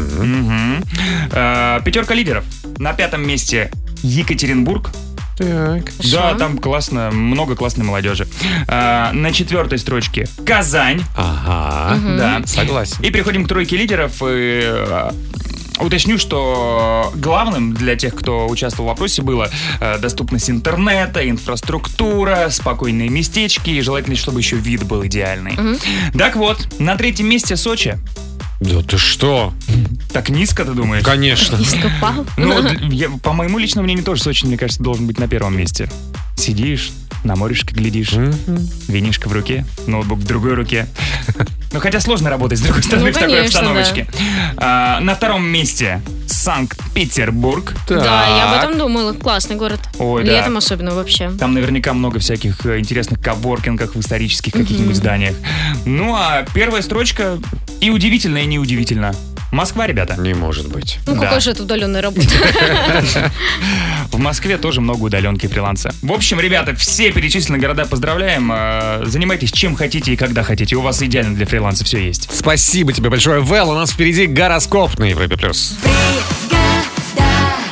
Speaker 2: Мгм. Э, Пятерка лидеров. На пятом месте Екатеринбург.
Speaker 1: Так.
Speaker 2: Да, там классно, много классной молодежи. Э, На четвертой строчке Казань.
Speaker 1: Ага.
Speaker 2: Да.
Speaker 1: Согласен.
Speaker 2: И переходим к тройке лидеров. И, э, уточню, что главным для тех, кто участвовал в вопросе, было э, доступность интернета, инфраструктура, спокойные местечки и желательно, чтобы еще вид был идеальный. Так вот, на третьем месте Сочи.
Speaker 1: Да ты что?
Speaker 2: Так низко, ты думаешь?
Speaker 1: Конечно.
Speaker 3: Не скопал.
Speaker 2: Ну, д- я- по моему личному мнению, тоже Сочи, мне кажется, должен быть на первом месте. Сидишь, на морешке глядишь,
Speaker 1: Мгм.
Speaker 2: винишко в руке, ноутбук в другой руке. Ну, хотя сложно работать, с другой стороны,
Speaker 3: Ну,
Speaker 2: в такой
Speaker 3: конечно,
Speaker 2: обстановочке. А, на втором месте Санкт-Петербург.
Speaker 3: Да, я об этом думала. Классный город.
Speaker 2: Ой, да.
Speaker 3: Летом особенно вообще.
Speaker 2: Там наверняка много всяких э, интересных коворкингах в исторических каких-нибудь зданиях. Ну, а первая строчка и удивительно, и неудивительно. Москва, ребята.
Speaker 1: Не может быть.
Speaker 3: Ну,
Speaker 2: Да.
Speaker 3: какая же это удаленная
Speaker 2: (laughs)
Speaker 3: работа.
Speaker 2: В Москве тоже много удаленки и фриланса. В общем, ребята, все перечисленные города поздравляем. Э, Занимайтесь чем хотите и когда хотите. У вас идеально для фриланса все есть.
Speaker 1: Спасибо тебе большое, Вэл. У нас впереди гороскоп на Европе+. плюс.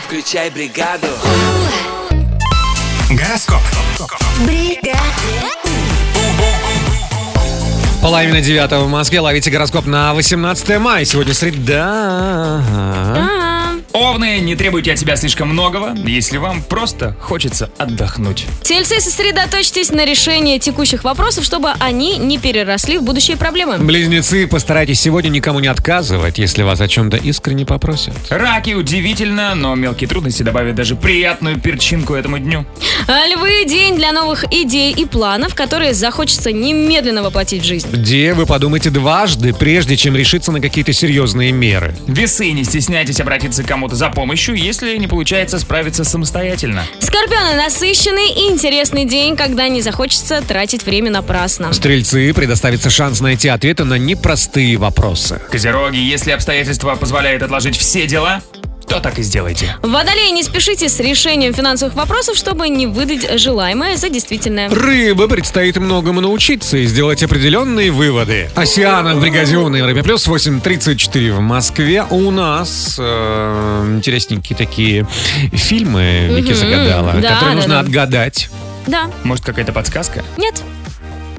Speaker 5: Включай бригаду.
Speaker 7: Гороскоп.
Speaker 4: Бригада У.
Speaker 1: Половина девятого в Москве. Ловите гороскоп на 18 мая. Сегодня среда.
Speaker 3: А,
Speaker 2: Овны, не требуйте от себя слишком многого, если вам просто хочется отдохнуть.
Speaker 3: Тельцы, сосредоточьтесь на решении текущих вопросов, чтобы они не переросли в будущие проблемы.
Speaker 1: Близнецы, постарайтесь сегодня никому не отказывать, если вас о чем-то искренне попросят.
Speaker 2: Раки удивительно, но мелкие трудности добавят даже приятную перчинку этому дню.
Speaker 3: А Львы – день для новых идей и планов, которые захочется немедленно воплотить в жизнь.
Speaker 1: Девы, подумайте дважды, прежде чем решиться на какие-то серьезные меры.
Speaker 2: Весы, не стесняйтесь обратиться к кому-то за помощью, если не получается справиться самостоятельно.
Speaker 3: Скорпионы – насыщенный и интересный день, когда не захочется тратить время напрасно.
Speaker 1: Стрельцы, предоставится шанс найти ответы на непростые вопросы.
Speaker 2: Козероги, если обстоятельства позволяют отложить все дела, то так и сделайте.
Speaker 3: Водолеи, не спешите с решением финансовых вопросов, чтобы не выдать желаемое за действительное.
Speaker 1: Рыбы предстоит многому научиться и сделать определенные выводы. Осиана в Бригазион на Европе Плюс 8.34 в Москве. У нас э, интересненькие такие фильмы Вики
Speaker 3: Мгм.
Speaker 1: загадала,
Speaker 3: Да,
Speaker 1: которые
Speaker 3: да,
Speaker 1: нужно
Speaker 3: да.
Speaker 1: отгадать.
Speaker 3: Да,
Speaker 2: Может, какая-то подсказка?
Speaker 3: нет,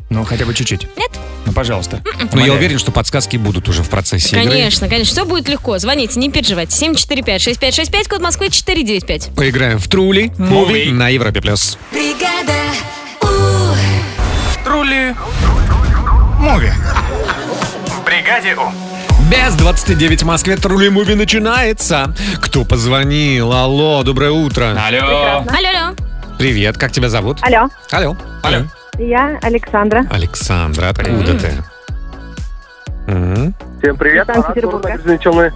Speaker 2: Ну, хотя бы чуть-чуть.
Speaker 3: Нет.
Speaker 2: Ну, пожалуйста.
Speaker 1: Но я уверен, что подсказки будут уже в процессе игры.
Speaker 3: конечно, конечно. Все будет легко. Звоните, не переживайте. 745-6565, код Москвы 495.
Speaker 1: Поиграем в Трули Муви на Европе Плюс.
Speaker 4: Бригада
Speaker 2: Трули. Муви. Бригаде У.
Speaker 1: Без 29 в Москве Трули Муви начинается. Кто позвонил? Алло, доброе утро.
Speaker 2: Алло.
Speaker 3: Алло, алло.
Speaker 1: Привет, как тебя зовут?
Speaker 12: Алло,
Speaker 1: Алло. Алло.
Speaker 12: я Александра.
Speaker 1: Александра, откуда ты? М?
Speaker 8: Всем привет,
Speaker 12: Из
Speaker 8: Марат,
Speaker 12: Санкт-Петербурга.
Speaker 8: город Набережные Челны.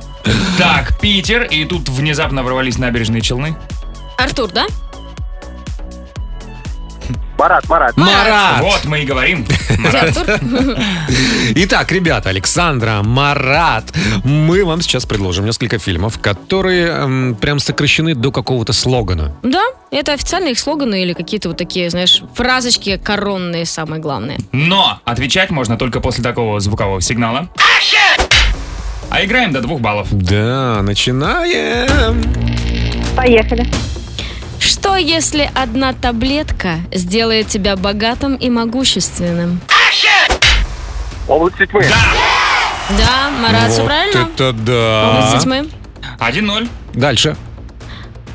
Speaker 2: Так, Питер, и тут внезапно ворвались набережные Челны.
Speaker 3: Артур, да?
Speaker 8: Марат, Марат.
Speaker 1: Марат!
Speaker 2: Вот мы и говорим.
Speaker 1: Итак, ребята, Александра, Марат, мы вам сейчас предложим несколько фильмов, которые эм, прям сокращены до какого-то слогана.
Speaker 3: Да, это официальные их слоганы или какие-то вот такие, знаешь, фразочки коронные, самое главное.
Speaker 2: Но отвечать можно только после такого звукового сигнала. А играем до двух баллов.
Speaker 1: Да, начинаем.
Speaker 12: Поехали.
Speaker 3: Что, если одна таблетка сделает тебя богатым и могущественным?
Speaker 8: Область тьмы.
Speaker 3: Да, Марат, все
Speaker 1: вот
Speaker 3: правильно? А?
Speaker 1: это да.
Speaker 3: Область тьмы.
Speaker 2: 1-0.
Speaker 1: Дальше.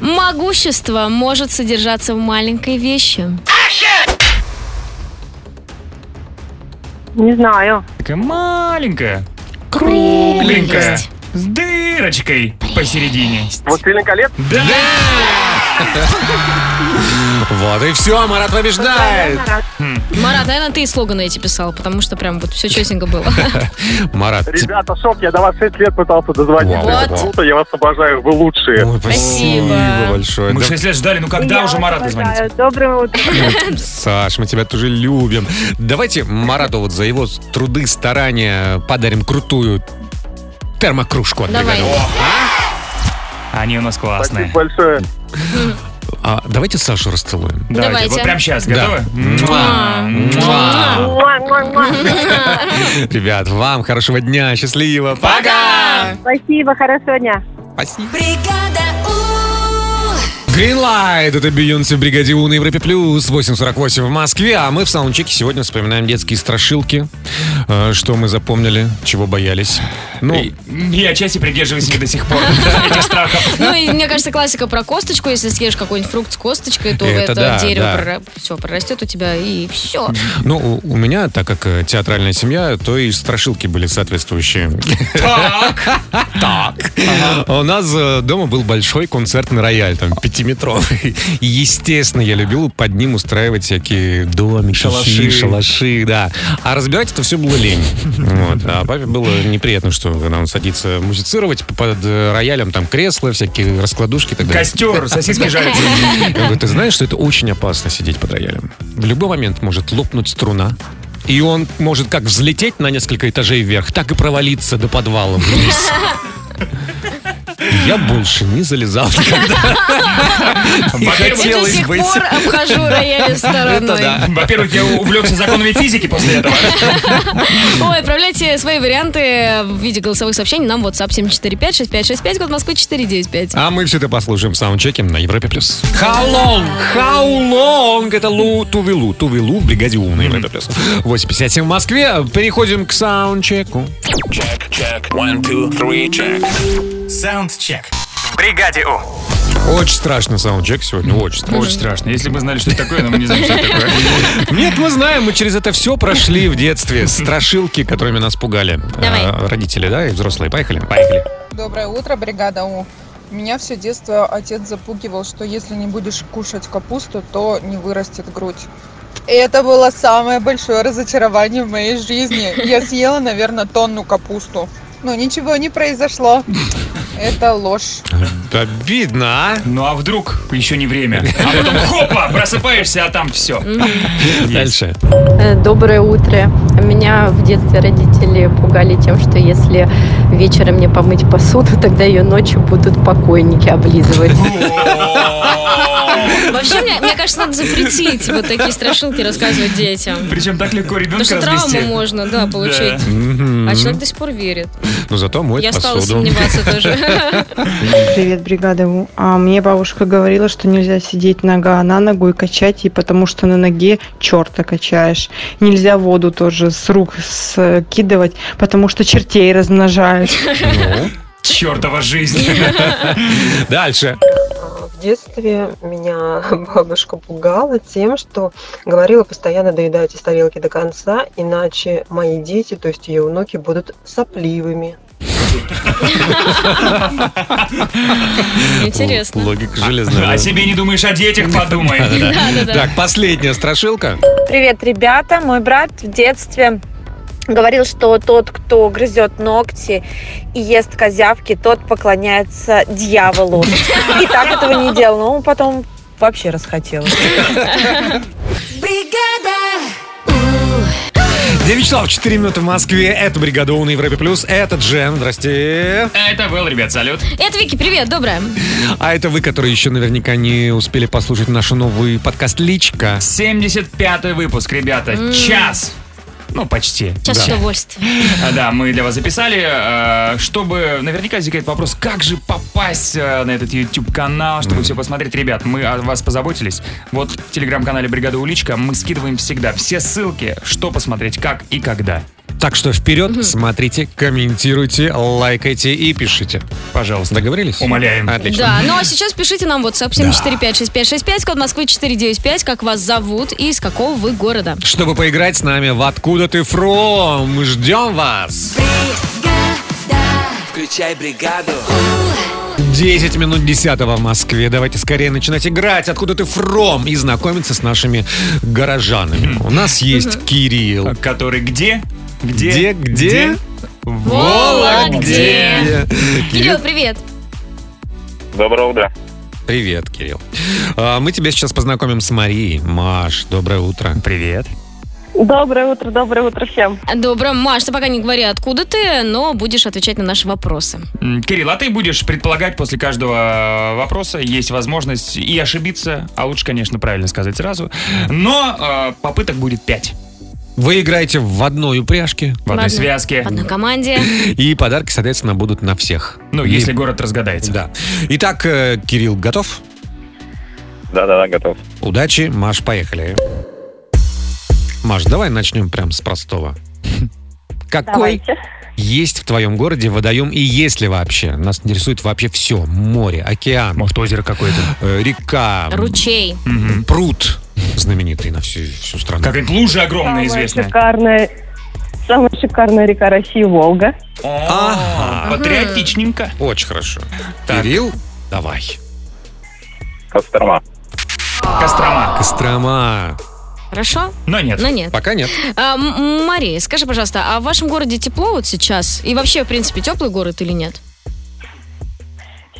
Speaker 3: Могущество может содержаться в маленькой вещи.
Speaker 12: Не знаю.
Speaker 2: Такая маленькая. Кругленькая.
Speaker 3: Прелесть.
Speaker 2: С дырочкой посередине.
Speaker 8: Властелин колец.
Speaker 2: Да!
Speaker 1: Вот и все, Марат побеждает.
Speaker 3: Марат, наверное, ты и слоганы эти писал, потому что прям вот все честненько
Speaker 1: (laughs)
Speaker 3: было.
Speaker 1: Марат, ти-
Speaker 8: Ребята, шок, я до вас 6 лет пытался дозвониться.
Speaker 1: Вау.
Speaker 8: Это круто, я вас обожаю, вы лучшие.
Speaker 1: Ой, спасибо большое.
Speaker 2: Мы
Speaker 1: Да,
Speaker 2: 6 лет ждали, ну когда
Speaker 12: Я
Speaker 2: уже Марат
Speaker 12: вас
Speaker 2: дозвонится?
Speaker 12: обожаю. Доброе утро.
Speaker 1: Саш, мы тебя тоже любим. Давайте Марату вот за его труды, старания подарим крутую термокружку от
Speaker 3: Давай.
Speaker 1: бригады.
Speaker 2: Они у нас классные.
Speaker 8: Спасибо большое.
Speaker 1: А давайте Сашу расцелуем.
Speaker 2: Давайте.
Speaker 3: Давайте.
Speaker 2: Вот прямо сейчас.
Speaker 1: Да.
Speaker 2: Готовы?
Speaker 1: Муа, муа. Ребят, вам хорошего дня, счастливо. Пока!
Speaker 12: Спасибо, хорошего дня.
Speaker 1: Спасибо.
Speaker 4: Бригада У.
Speaker 1: Greenlight, это Бейонсе в бригаде У на Европе Плюс, 8.48 в Москве, а мы в саундчеке сегодня вспоминаем детские страшилки, э, что мы запомнили, чего боялись. Ну,
Speaker 2: И- Я отчасти придерживаюсь их до сих пор. Этих страхов.
Speaker 3: Ну, и мне кажется, классика про косточку. Если съешь какой-нибудь фрукт с косточкой, то
Speaker 1: Это
Speaker 3: это,
Speaker 1: да, да.
Speaker 3: дерево все прорастет у тебя, и все.
Speaker 1: ну, у, у меня, так как э, театральная семья, то и страшилки были соответствующие.
Speaker 2: Так.
Speaker 1: (laughs) Так. У нас э, дома был большой концертный рояль, там, пятиметровый. И, Естественно, я любил под ним устраивать всякие домики,
Speaker 2: Шалаши.
Speaker 1: шалаши, шалаши, да. А разбирать это все было лень. Вот. А папе было неприятно, что когда он садится музицировать, под э, роялем там кресла, всякие раскладушки и так далее.
Speaker 2: Костер,
Speaker 3: (laughs)
Speaker 2: сосиски жарятся.
Speaker 1: Я говорю, ты знаешь, что это очень опасно сидеть под роялем? В любой момент может лопнуть струна, и он может как взлететь на несколько этажей вверх, так и провалиться до подвала вниз. Я больше не залезал никогда. Не
Speaker 3: Я до
Speaker 1: хотелось
Speaker 3: сих
Speaker 1: быть.
Speaker 3: пор обхожу рояли
Speaker 1: (laughs) Это
Speaker 3: стороной.
Speaker 1: да.
Speaker 2: Во-первых, я увлекся законами физики после этого.
Speaker 3: Ой, отправляйте свои варианты в виде голосовых сообщений нам в WhatsApp 745-6565, код Москвы 495.
Speaker 1: А мы все это послушаем в саундчеке на Европе+. плюс. How long? How long? Это Лу Тувилу. Тувилу в бригаде У» на Европе+. плюс. 8.57 в Москве. Переходим к саундчеку.
Speaker 7: Чек, чек. One, two, three, чек.
Speaker 2: Саундчек.
Speaker 7: В бригаде У.
Speaker 1: Очень страшный саундчек сегодня, очень страшно.
Speaker 2: Очень страшно. Если бы мы знали, что это такое, но мы не знаем, что это такое.
Speaker 1: Нет, мы знаем, мы через это все прошли в детстве. Страшилки, которыми нас пугали.
Speaker 3: Давай.
Speaker 1: э, Родители, да, и взрослые. Поехали? Поехали.
Speaker 13: Доброе утро, бригада У. Меня все детство отец запугивал, что если не будешь кушать капусту, то не вырастет грудь. И это было самое большое разочарование в моей жизни. Я съела, наверное, тонну капусту. Но ничего не произошло. Это ложь.
Speaker 1: Обидно, а?
Speaker 2: Ну а вдруг еще не время? А потом хопа, просыпаешься, а там все.
Speaker 1: Дальше.
Speaker 14: Э, Доброе утро. Меня в детстве родители пугали тем, что если вечером не помыть посуду, тогда ее ночью будут покойники облизывать.
Speaker 3: Вообще, мне, мне кажется, надо запретить вот такие страшилки рассказывать детям.
Speaker 2: Причем так легко
Speaker 3: Потому
Speaker 2: ребенка
Speaker 3: что травму
Speaker 2: развести.
Speaker 3: можно, да, получить.
Speaker 1: Мгм.
Speaker 3: А человек до сих пор верит.
Speaker 1: Ну зато моет
Speaker 3: Я стала
Speaker 1: посуду.
Speaker 3: сомневаться тоже.
Speaker 15: Привет, бригада. У. А мне бабушка говорила, что нельзя сидеть нога на ногу и качать, и потому что на ноге черта качаешь. Нельзя воду тоже с рук скидывать, потому что чертей размножаешь.
Speaker 1: Ну.
Speaker 2: Чертова жизнь.
Speaker 1: (laughs) Дальше.
Speaker 16: В детстве меня (laughs) бабушка пугала тем, что говорила постоянно доедайте с тарелки до конца, иначе мои дети, то есть ее внуки, будут сопливыми.
Speaker 3: Интересно.
Speaker 1: Л-
Speaker 3: (laughs)
Speaker 1: Логика железная. да.
Speaker 2: О А себе не думаешь, о детях подумай.
Speaker 1: Да-да-да.
Speaker 2: Да-да-да.
Speaker 1: А, Так, последняя страшилка.
Speaker 17: Привет, ребята. Мой брат в детстве говорил, что тот, кто грызет ногти и ест козявки, тот поклоняется дьяволу. И так этого не делал, но он потом вообще расхотелось.
Speaker 4: Бригада!
Speaker 1: 9 часов 4 минуты в Москве. Это бригада У» на Европе плюс. Это Джен. Здрасте.
Speaker 2: Это был, ребят, салют.
Speaker 3: Это Вики, привет, доброе.
Speaker 1: А это вы, которые еще наверняка не успели послушать наш новый подкаст «Личка».
Speaker 2: 75-й выпуск, ребята.
Speaker 3: М.
Speaker 2: Час. Ну, почти.
Speaker 3: Сейчас
Speaker 2: Да.
Speaker 3: удовольствие.
Speaker 2: А, Да, мы для вас записали, э, чтобы наверняка возникает вопрос, как же попасть э, на этот YouTube канал, чтобы все посмотреть. Ребят, мы о вас позаботились. Вот в телеграм-канале Бригада Уличка мы скидываем всегда все ссылки, что посмотреть, как и когда.
Speaker 1: Так что вперед, смотрите, комментируйте, лайкайте и пишите. Пожалуйста. Договорились? Умоляем. Отлично.
Speaker 3: Да, ну а сейчас пишите нам WhatsApp 7456565, код Москвы 495, как вас зовут и из какого вы города.
Speaker 1: Чтобы поиграть с нами в «Откуда ты фром?» Мы ждем вас!
Speaker 18: Включай бригаду.
Speaker 1: 10 минут 10 в Москве. Давайте скорее начинать играть «Откуда ты фром?» и знакомиться с нашими горожанами. У нас есть Кирилл.
Speaker 2: Который где?
Speaker 1: Где? Где? Где? В
Speaker 3: Вологде. Кирилл,
Speaker 1: Кирилл,
Speaker 3: привет.
Speaker 19: Доброе утро.
Speaker 1: привет, Кирилл. А, Мы тебя сейчас познакомим с Марией. Маш, доброе утро.
Speaker 2: Привет.
Speaker 12: Доброе утро, доброе утро всем.
Speaker 3: Добро, Маш, ты пока не говори, откуда ты, но будешь отвечать на наши вопросы.
Speaker 2: М, Кирилл, а ты будешь предполагать после каждого э, вопроса, есть возможность и ошибиться, а лучше, конечно, правильно сказать сразу, но э, попыток будет 5.
Speaker 1: Вы играете в одной упряжке.
Speaker 2: В одной связке.
Speaker 3: В одной команде.
Speaker 1: И подарки, соответственно, будут на всех.
Speaker 2: Ну, если город разгадается.
Speaker 1: Да. Итак, э, Кирилл, готов?
Speaker 19: Да-да-да, готов.
Speaker 1: Удачи, Маш, поехали. Маш, давай начнем прям с простого. Какой
Speaker 12: Давайте.
Speaker 1: есть в твоем городе водоем и есть ли вообще? Нас интересует вообще все. Море, океан. э,
Speaker 2: Может, озеро какое-то?
Speaker 1: Река.
Speaker 3: Ручей.
Speaker 1: Мгм. Пруд. Знаменитый на всю, всю страну.
Speaker 2: Какая-нибудь лужа огромная
Speaker 12: Самая шикарная, самая шикарная река России Волга.
Speaker 1: Ага.
Speaker 2: Патриотичненько.
Speaker 1: Очень хорошо. Кирилл, давай.
Speaker 19: Кострома.
Speaker 2: Кострома.
Speaker 1: Кострома.
Speaker 3: Хорошо?
Speaker 2: Но нет.
Speaker 3: Но нет.
Speaker 1: Пока нет.
Speaker 3: А, М- Мария, скажи, пожалуйста, а в вашем городе тепло вот сейчас? И вообще, в принципе, теплый город или нет?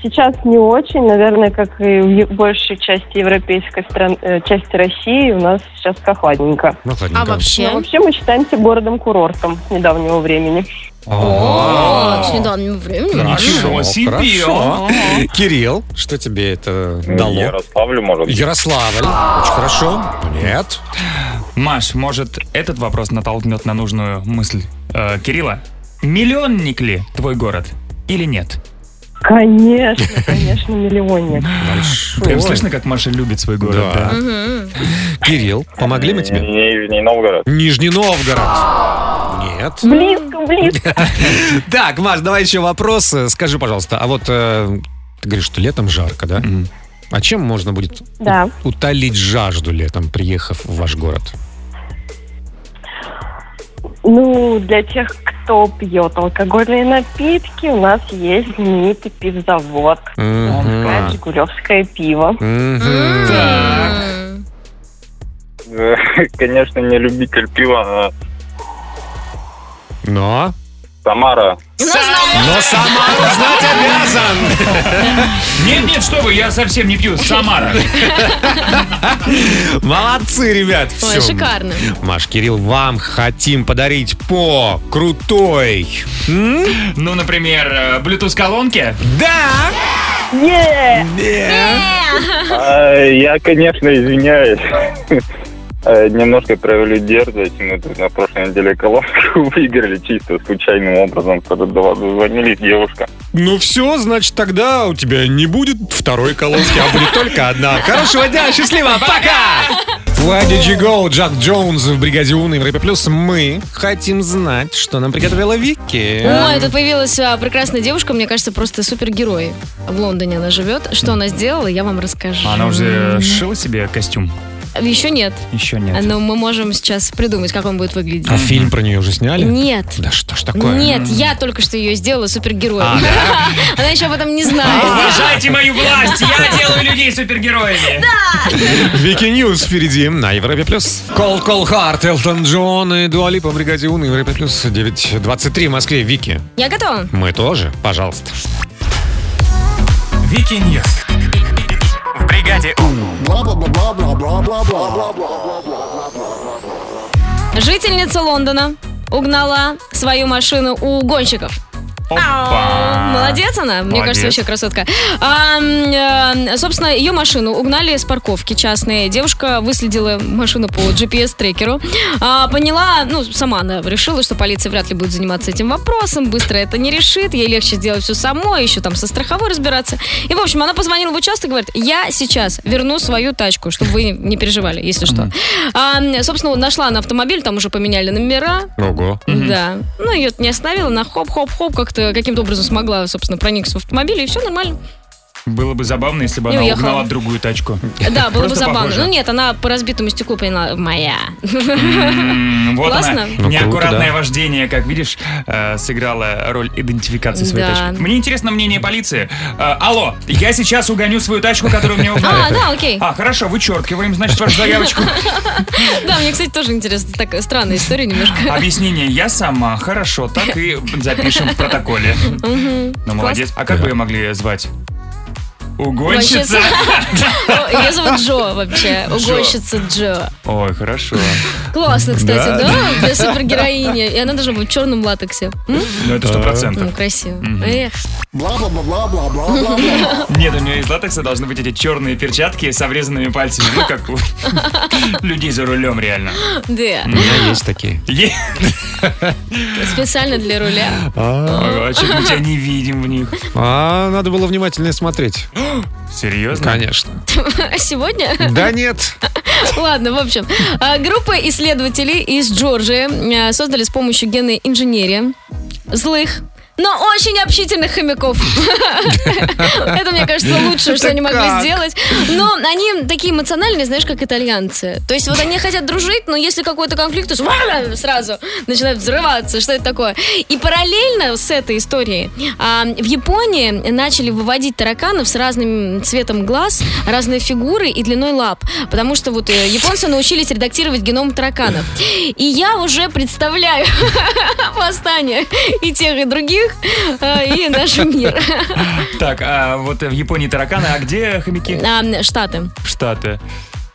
Speaker 12: Сейчас не очень, наверное, как и в е- большей части европейской стран, э, части России, у нас сейчас прохладненько.
Speaker 3: А
Speaker 2: А
Speaker 1: Ну,
Speaker 12: Но
Speaker 1: ладненько.
Speaker 12: вообще мы считаемся городом-курортом недавнего времени.
Speaker 3: О, с недавнего времени.
Speaker 2: Ничего себе.
Speaker 1: хорошо. Кирилл, что тебе это дало?
Speaker 19: Ярославлю, может быть.
Speaker 1: Ярославль. Очень хорошо. Нет.
Speaker 2: Маш, может, этот вопрос натолкнет на нужную мысль э, Кирилла? Миллионник ли твой город или нет?
Speaker 12: Конечно, (laughs) конечно, миллионник.
Speaker 2: Прям слышно, как Маша любит свой город.
Speaker 1: Да. Кирилл, помогли мы тебе?
Speaker 19: Нижний Новгород.
Speaker 1: Нижний Новгород. Нет.
Speaker 12: Близко, близко.
Speaker 1: Так, Маш, давай еще вопрос. Э, Скажи, пожалуйста, а вот э, ты говоришь, что летом жарко, да? А чем можно будет
Speaker 12: Да.
Speaker 1: утолить жажду летом, приехав в ваш город?
Speaker 12: Ну, для тех, кто пьет алкогольные напитки, у нас есть знаменитый пивзавод.
Speaker 1: Мгм.
Speaker 12: Жигулевское пиво.
Speaker 1: Мгм.
Speaker 19: Э, Конечно, не любитель пива,
Speaker 1: Но?
Speaker 19: но Самара.
Speaker 1: Но Самару знать обязан.
Speaker 2: Нет, нет, что вы, я совсем не пью. Самара.
Speaker 1: Молодцы, ребят.
Speaker 3: Ой,
Speaker 1: Всё.
Speaker 3: шикарно.
Speaker 1: Маш, Кирилл, вам хотим подарить по крутой.
Speaker 2: Ну, например, э, Bluetooth-колонки.
Speaker 1: Да!
Speaker 19: А, Я, конечно, извиняюсь. (laughs) Э, Немножко провели дерзость. Мы тут на прошлой неделе колонку (laughs) выиграли чисто случайным образом. Когда до вас звонили девушка.
Speaker 1: Ну все, значит, тогда у тебя не будет второй колонки, а будет только одна. Хорошего дня, счастливо, пока! Where did you go, Джак Джонс в «Бригаде У» на Европе Плюс. Мы хотим знать, что нам приготовила Вики.
Speaker 3: Ой, тут появилась а, прекрасная девушка, мне кажется, просто супергерой. В Лондоне она живет. Что она сделала, я вам расскажу.
Speaker 2: Она уже сшила себе костюм?
Speaker 3: Еще нет.
Speaker 2: Еще нет.
Speaker 3: Но мы можем сейчас придумать, как он будет выглядеть.
Speaker 1: А фильм про нее уже сняли?
Speaker 3: Нет.
Speaker 1: Да что ж такое?
Speaker 3: Нет, я только что ее сделала супергероем.
Speaker 1: А,
Speaker 3: (laughs) Она еще об этом не знает.
Speaker 2: Уважайте мою власть, я делаю людей супергероями.
Speaker 1: Вики Ньюс впереди на Европе Плюс. Кол Кол Харт, Элтон Джон и Дуали по «Бригаде У» на Европе Плюс. 9.23 в Москве. Вики,
Speaker 3: Я готова.
Speaker 1: мы тоже, пожалуйста.
Speaker 2: Вики Ньюс. В бригаде
Speaker 3: Жительница Лондона угнала свою машину у гонщиков. Ау, Молодец она, мне
Speaker 17: Молодец.
Speaker 3: кажется, вообще красотка. А, м, э, собственно, ее машину угнали с парковки частной. Девушка выследила машину по GPS-трекеру. А, поняла, ну, сама она решила, что полиция вряд ли будет заниматься этим вопросом. Быстро это не решит, ей легче сделать все самой, еще там со страховой разбираться. И, в общем, она позвонила в участок и говорит, я сейчас верну свою тачку, чтобы вы не переживали, если что. А, м, собственно, нашла она автомобиль, там уже поменяли номера,
Speaker 1: Ого.
Speaker 3: да. Ну, ее не остановила, она хоп-хоп-хоп как-то каким-то образом смогла, собственно, проникнуть в автомобиль, и все нормально.
Speaker 2: Было бы забавно, если бы
Speaker 3: И
Speaker 2: она
Speaker 3: уехала.
Speaker 2: угнала
Speaker 1: (laughs)
Speaker 2: другую тачку.
Speaker 3: Да, было бы
Speaker 2: Просто
Speaker 3: забавно.
Speaker 2: похоже.
Speaker 3: Ну нет, она по разбитому стеклу поняла, моя.
Speaker 2: М, Вот
Speaker 3: Классно?
Speaker 2: она.
Speaker 1: Ну,
Speaker 2: Неаккуратное
Speaker 1: круто, да.
Speaker 2: вождение, как видишь, э, сыграло роль идентификации своей
Speaker 3: Да.
Speaker 2: тачки. Мне интересно мнение полиции. Э, Алло, я сейчас угоню свою тачку,
Speaker 3: (laughs)
Speaker 2: которую мне угнали.
Speaker 3: А, да, окей.
Speaker 2: А, хорошо, вычеркиваем, значит, вашу
Speaker 3: (laughs)
Speaker 2: заявочку.
Speaker 3: Да, мне, кстати, тоже интересно. Такая странная история
Speaker 2: (laughs)
Speaker 3: немножко.
Speaker 2: Объяснение я сама. Хорошо, так и запишем в протоколе.
Speaker 3: Мгм.
Speaker 2: Ну, молодец. А как бы ее могли звать?
Speaker 3: (laughs)
Speaker 2: Угонщица.
Speaker 3: Угонщица. О, Ее Ну, зовут Джо вообще.
Speaker 2: Джо.
Speaker 3: Угонщица Джо.
Speaker 2: Ой, хорошо.
Speaker 3: Классно, кстати,
Speaker 2: Да.
Speaker 3: да? Для супергероини. И она должна быть в черном латексе. М?
Speaker 2: Ну, это сто
Speaker 3: Ну,
Speaker 2: процентов.
Speaker 3: красиво.
Speaker 2: Мгм.
Speaker 3: Эх.
Speaker 2: Нет, у нее из латекса должны быть эти черные перчатки с обрезанными пальцами. Ну, как у (laughs) людей за рулем, реально.
Speaker 3: Да.
Speaker 1: У меня есть такие.
Speaker 2: Е-
Speaker 3: Специально для руля.
Speaker 2: (laughs)
Speaker 1: А,
Speaker 2: А чё мы тебя не видим в них?
Speaker 1: а, надо было внимательнее смотреть.
Speaker 2: Серьезно?
Speaker 1: Конечно.
Speaker 3: Сегодня?
Speaker 1: Да нет.
Speaker 3: (laughs) Ладно, в общем, а, группа исследователей из Джорджии а, создали с помощью генной инженерии злых, но очень общительных хомяков. (laughs) Это, мне кажется, лучшее, что
Speaker 1: Это
Speaker 3: они могли
Speaker 1: как?
Speaker 3: сделать. Но они такие эмоциональные, знаешь, как итальянцы. То есть вот они хотят дружить, но если какой-то конфликт, то сва- сразу начинают взрываться. Что это такое? И параллельно с этой историей а, в Японии начали выводить тараканов с разным цветом глаз, разной фигурой и длиной лап. Потому что вот э, японцы научились редактировать геном тараканов. И я уже представляю восстание и тех, и других, а, и наш мир.
Speaker 2: Так, а вот в Японии тараканы, а где хомяки?
Speaker 3: А, Штаты.
Speaker 2: Штаты.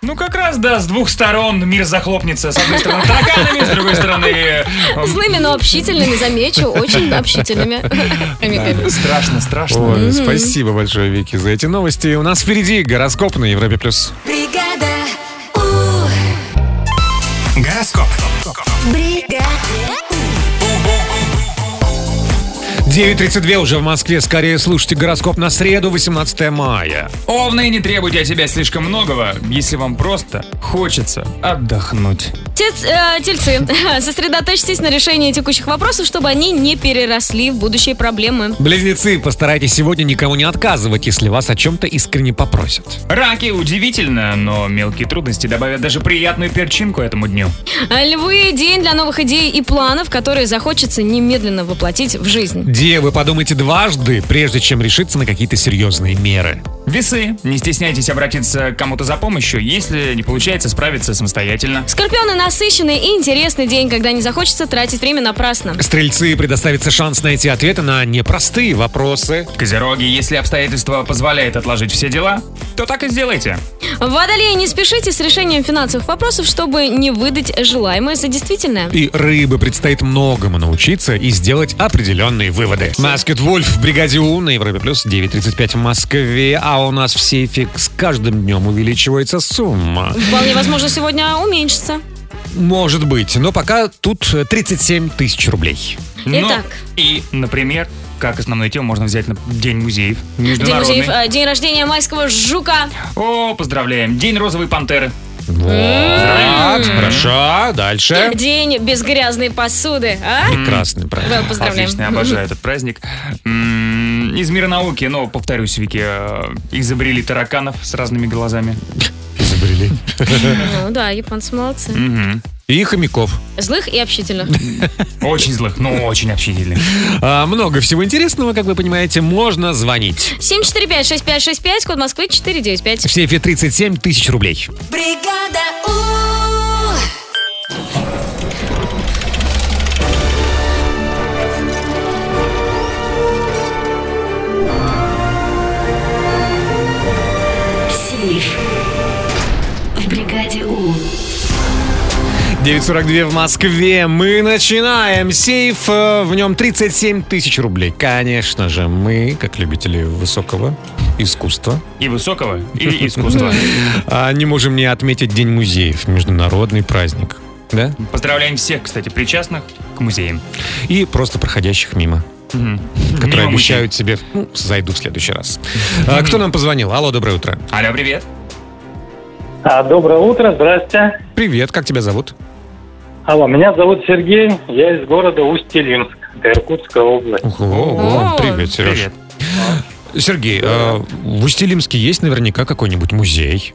Speaker 2: Ну, как раз, да, с двух сторон мир захлопнется. С одной стороны тараканами, с другой стороны... э, м,
Speaker 3: Злыми, но общительными, замечу, очень общительными. Хомяками.
Speaker 2: Страшно, страшно.
Speaker 1: Ой,
Speaker 3: Мгм.
Speaker 1: Спасибо большое, Вики, за эти новости. У нас впереди гороскоп на Европе+. плюс.
Speaker 4: Бригада У.
Speaker 1: Гороскоп.
Speaker 4: Бригада.
Speaker 1: 9.32 уже в Москве. Скорее слушайте гороскоп на среду, 18 мая.
Speaker 2: Овны, не требуйте от себя слишком многого, если вам просто хочется отдохнуть.
Speaker 3: Тец- э, Тельцы, сосредоточьтесь на решении текущих вопросов, чтобы они не переросли в будущие проблемы.
Speaker 1: Близнецы, постарайтесь сегодня никому не отказывать, если вас о чем-то искренне попросят.
Speaker 2: Раки удивительно, но мелкие трудности добавят даже приятную перчинку этому дню.
Speaker 3: Э, Львы – день для новых идей и планов, которые захочется немедленно воплотить в жизнь.
Speaker 1: Девы, подумайте дважды, прежде чем решиться на какие-то серьезные меры.
Speaker 2: Весы, не стесняйтесь обратиться к кому-то за помощью, если не получается справиться самостоятельно.
Speaker 3: Скорпионы – насыщенный и интересный день, когда не захочется тратить время напрасно.
Speaker 1: Стрельцы, предоставится шанс найти ответы на непростые вопросы.
Speaker 2: Козероги, если обстоятельства позволяют отложить все дела, то так и сделайте.
Speaker 3: Водолеи, не спешите с решением финансовых вопросов, чтобы не выдать желаемое за действительное.
Speaker 1: И рыбы предстоит многому научиться и сделать определенные выводы. Маскет Вольф в бригаде У на Европе плюс 9.35 в Москве, а у нас в сейфе с каждым днем увеличивается сумма.
Speaker 3: Вполне возможно, сегодня уменьшится.
Speaker 1: Может быть, но пока тут 37 тысяч рублей.
Speaker 3: Итак.
Speaker 2: И, например, как основную тему можно взять на День музеев.
Speaker 3: День,
Speaker 2: Международный.
Speaker 3: музеев, а? э, день рождения майского жука.
Speaker 2: О, поздравляем. День розовой пантеры.
Speaker 1: Так, хорошо, дальше.
Speaker 3: День без грязной посуды. А?
Speaker 1: Прекрасный праздник.
Speaker 3: Вэл, поздравляем.
Speaker 2: Отлично, обожаю этот праздник. М, Из мира науки, но, повторюсь, Вики, э, изобрели тараканов с разными глазами.
Speaker 1: Изобрели.
Speaker 3: Ну да, японцы молодцы.
Speaker 1: И хомяков.
Speaker 3: Злых и общительных.
Speaker 2: Очень злых, но очень общительных.
Speaker 1: А, много всего интересного, как вы понимаете, можно звонить.
Speaker 3: 745-6565, код Москвы
Speaker 1: В
Speaker 3: 495.
Speaker 1: сейфе 37 тысяч рублей.
Speaker 4: Бригада У.
Speaker 18: Сейф. В бригаде У.
Speaker 1: 9.42 в Москве. Мы начинаем. Сейф, э, в нем 37 тысяч рублей. Конечно же, мы, как любители высокого искусства,
Speaker 2: И высокого,
Speaker 1: (laughs)
Speaker 2: и искусства.
Speaker 1: а, не можем не отметить День музеев, международный праздник. Да?
Speaker 2: Поздравляем всех, кстати, причастных к музеям.
Speaker 1: И просто проходящих мимо,
Speaker 2: Мгм.
Speaker 1: которые
Speaker 2: Мимо
Speaker 1: обещают себе, ну, зайду в следующий раз. А, кто нам позвонил? Алло, доброе утро.
Speaker 2: музеев. Алло, привет.
Speaker 8: А,
Speaker 20: доброе утро, здрасте.
Speaker 1: Привет, как тебя зовут?
Speaker 20: Алло, меня зовут Сергей, я из города Усть-Илимск, это Иркутская область.
Speaker 1: О, привет, Сереж. Сергей, э, в Усть-Илимске есть наверняка какой-нибудь музей.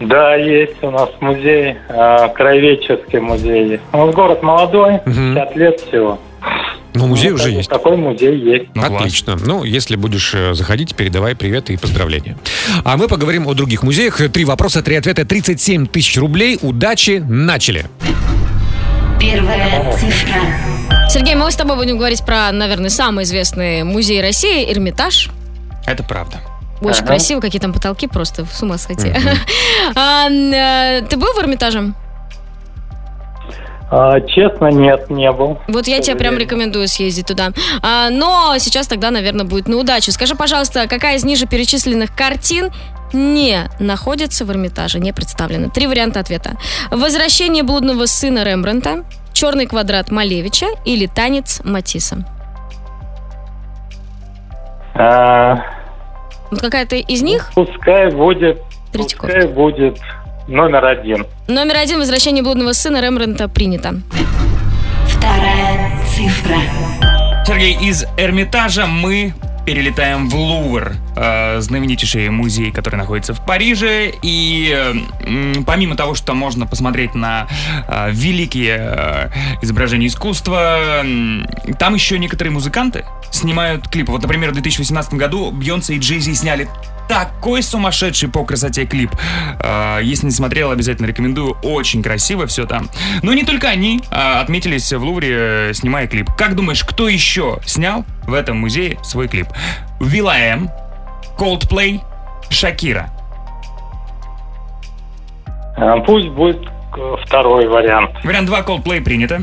Speaker 20: Да, есть у нас музей, а, краеведческий музей есть. У нас город молодой, 50 лет всего.
Speaker 1: Но Ну, музей уже есть.
Speaker 20: Такой музей есть.
Speaker 1: Отлично. Ну, если будешь э, заходить, передавай привет и поздравления. А мы поговорим о других музеях. Три вопроса, три ответа, 37 тысяч рублей. Удачи, начали.
Speaker 18: Первая цифра.
Speaker 3: Сергей, мы с тобой будем говорить про, наверное, самый известный музей России, Эрмитаж.
Speaker 2: Это правда.
Speaker 3: Очень
Speaker 2: Ага.
Speaker 3: красиво, какие там потолки, просто с ума сойти. (laughs) А, э, Ты был в Эрмитаже?
Speaker 20: А, честно, нет, не был.
Speaker 3: Вот я тебе прям рекомендую съездить туда. А, Но сейчас тогда, наверное, будет на удачу. Скажи, пожалуйста, какая из ниже перечисленных картин не находится в Эрмитаже, не представлена? Три варианта ответа. «Возвращение блудного сына Рембрандта», «Черный квадрат Малевича» или «Танец Матисса».
Speaker 20: А,
Speaker 3: Вот какая-то из них
Speaker 20: Ну, пускай будет, пускай будет номер один.
Speaker 3: Номер один. Возвращение блудного сына Рембрандта принято.
Speaker 18: Вторая цифра.
Speaker 2: Сергей, из Эрмитажа мы перелетаем в Лувр, э, знаменитейший музей, который находится в Париже. И э, м, помимо того, что можно посмотреть на э, великие э, изображения искусства, м, там еще некоторые музыканты снимают клипы. Вот, например, в 2018 году Бьонсе и Джейзи сняли такой сумасшедший по красоте клип. Э, Если не смотрел, обязательно рекомендую. Очень красиво все там. Но не только они а, отметились в Лувре, э, снимая клип. Как думаешь, кто еще снял в этом музее свой клип? Вилаэм, Coldplay, Шакира.
Speaker 8: Э, Пусть будет э, второй вариант.
Speaker 2: Вариант 2 Coldplay принято.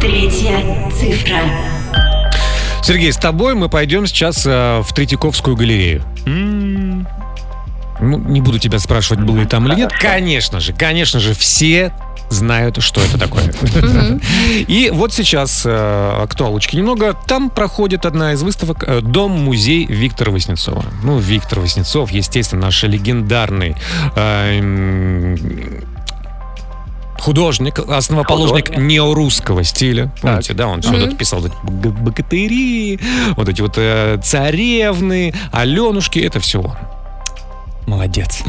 Speaker 4: Третья цифра.
Speaker 1: Сергей, с тобой мы пойдем сейчас э, в Третьяковскую галерею. Ну, не буду тебя спрашивать, было ли там или нет. Конечно же, конечно же, все знают, что это такое. И вот сейчас э, актуалочки немного. Там проходит одна из выставок э, «Дом-музей Виктора Васнецова». Ну, Виктор Васнецов, естественно, наш легендарный э, м, художник, основоположник неорусского стиля. Помните, да, он сюда
Speaker 2: Мгм.
Speaker 1: писал вот эти б- богатыри, вот эти вот э, царевны, Аленушки, это все он. Молодец.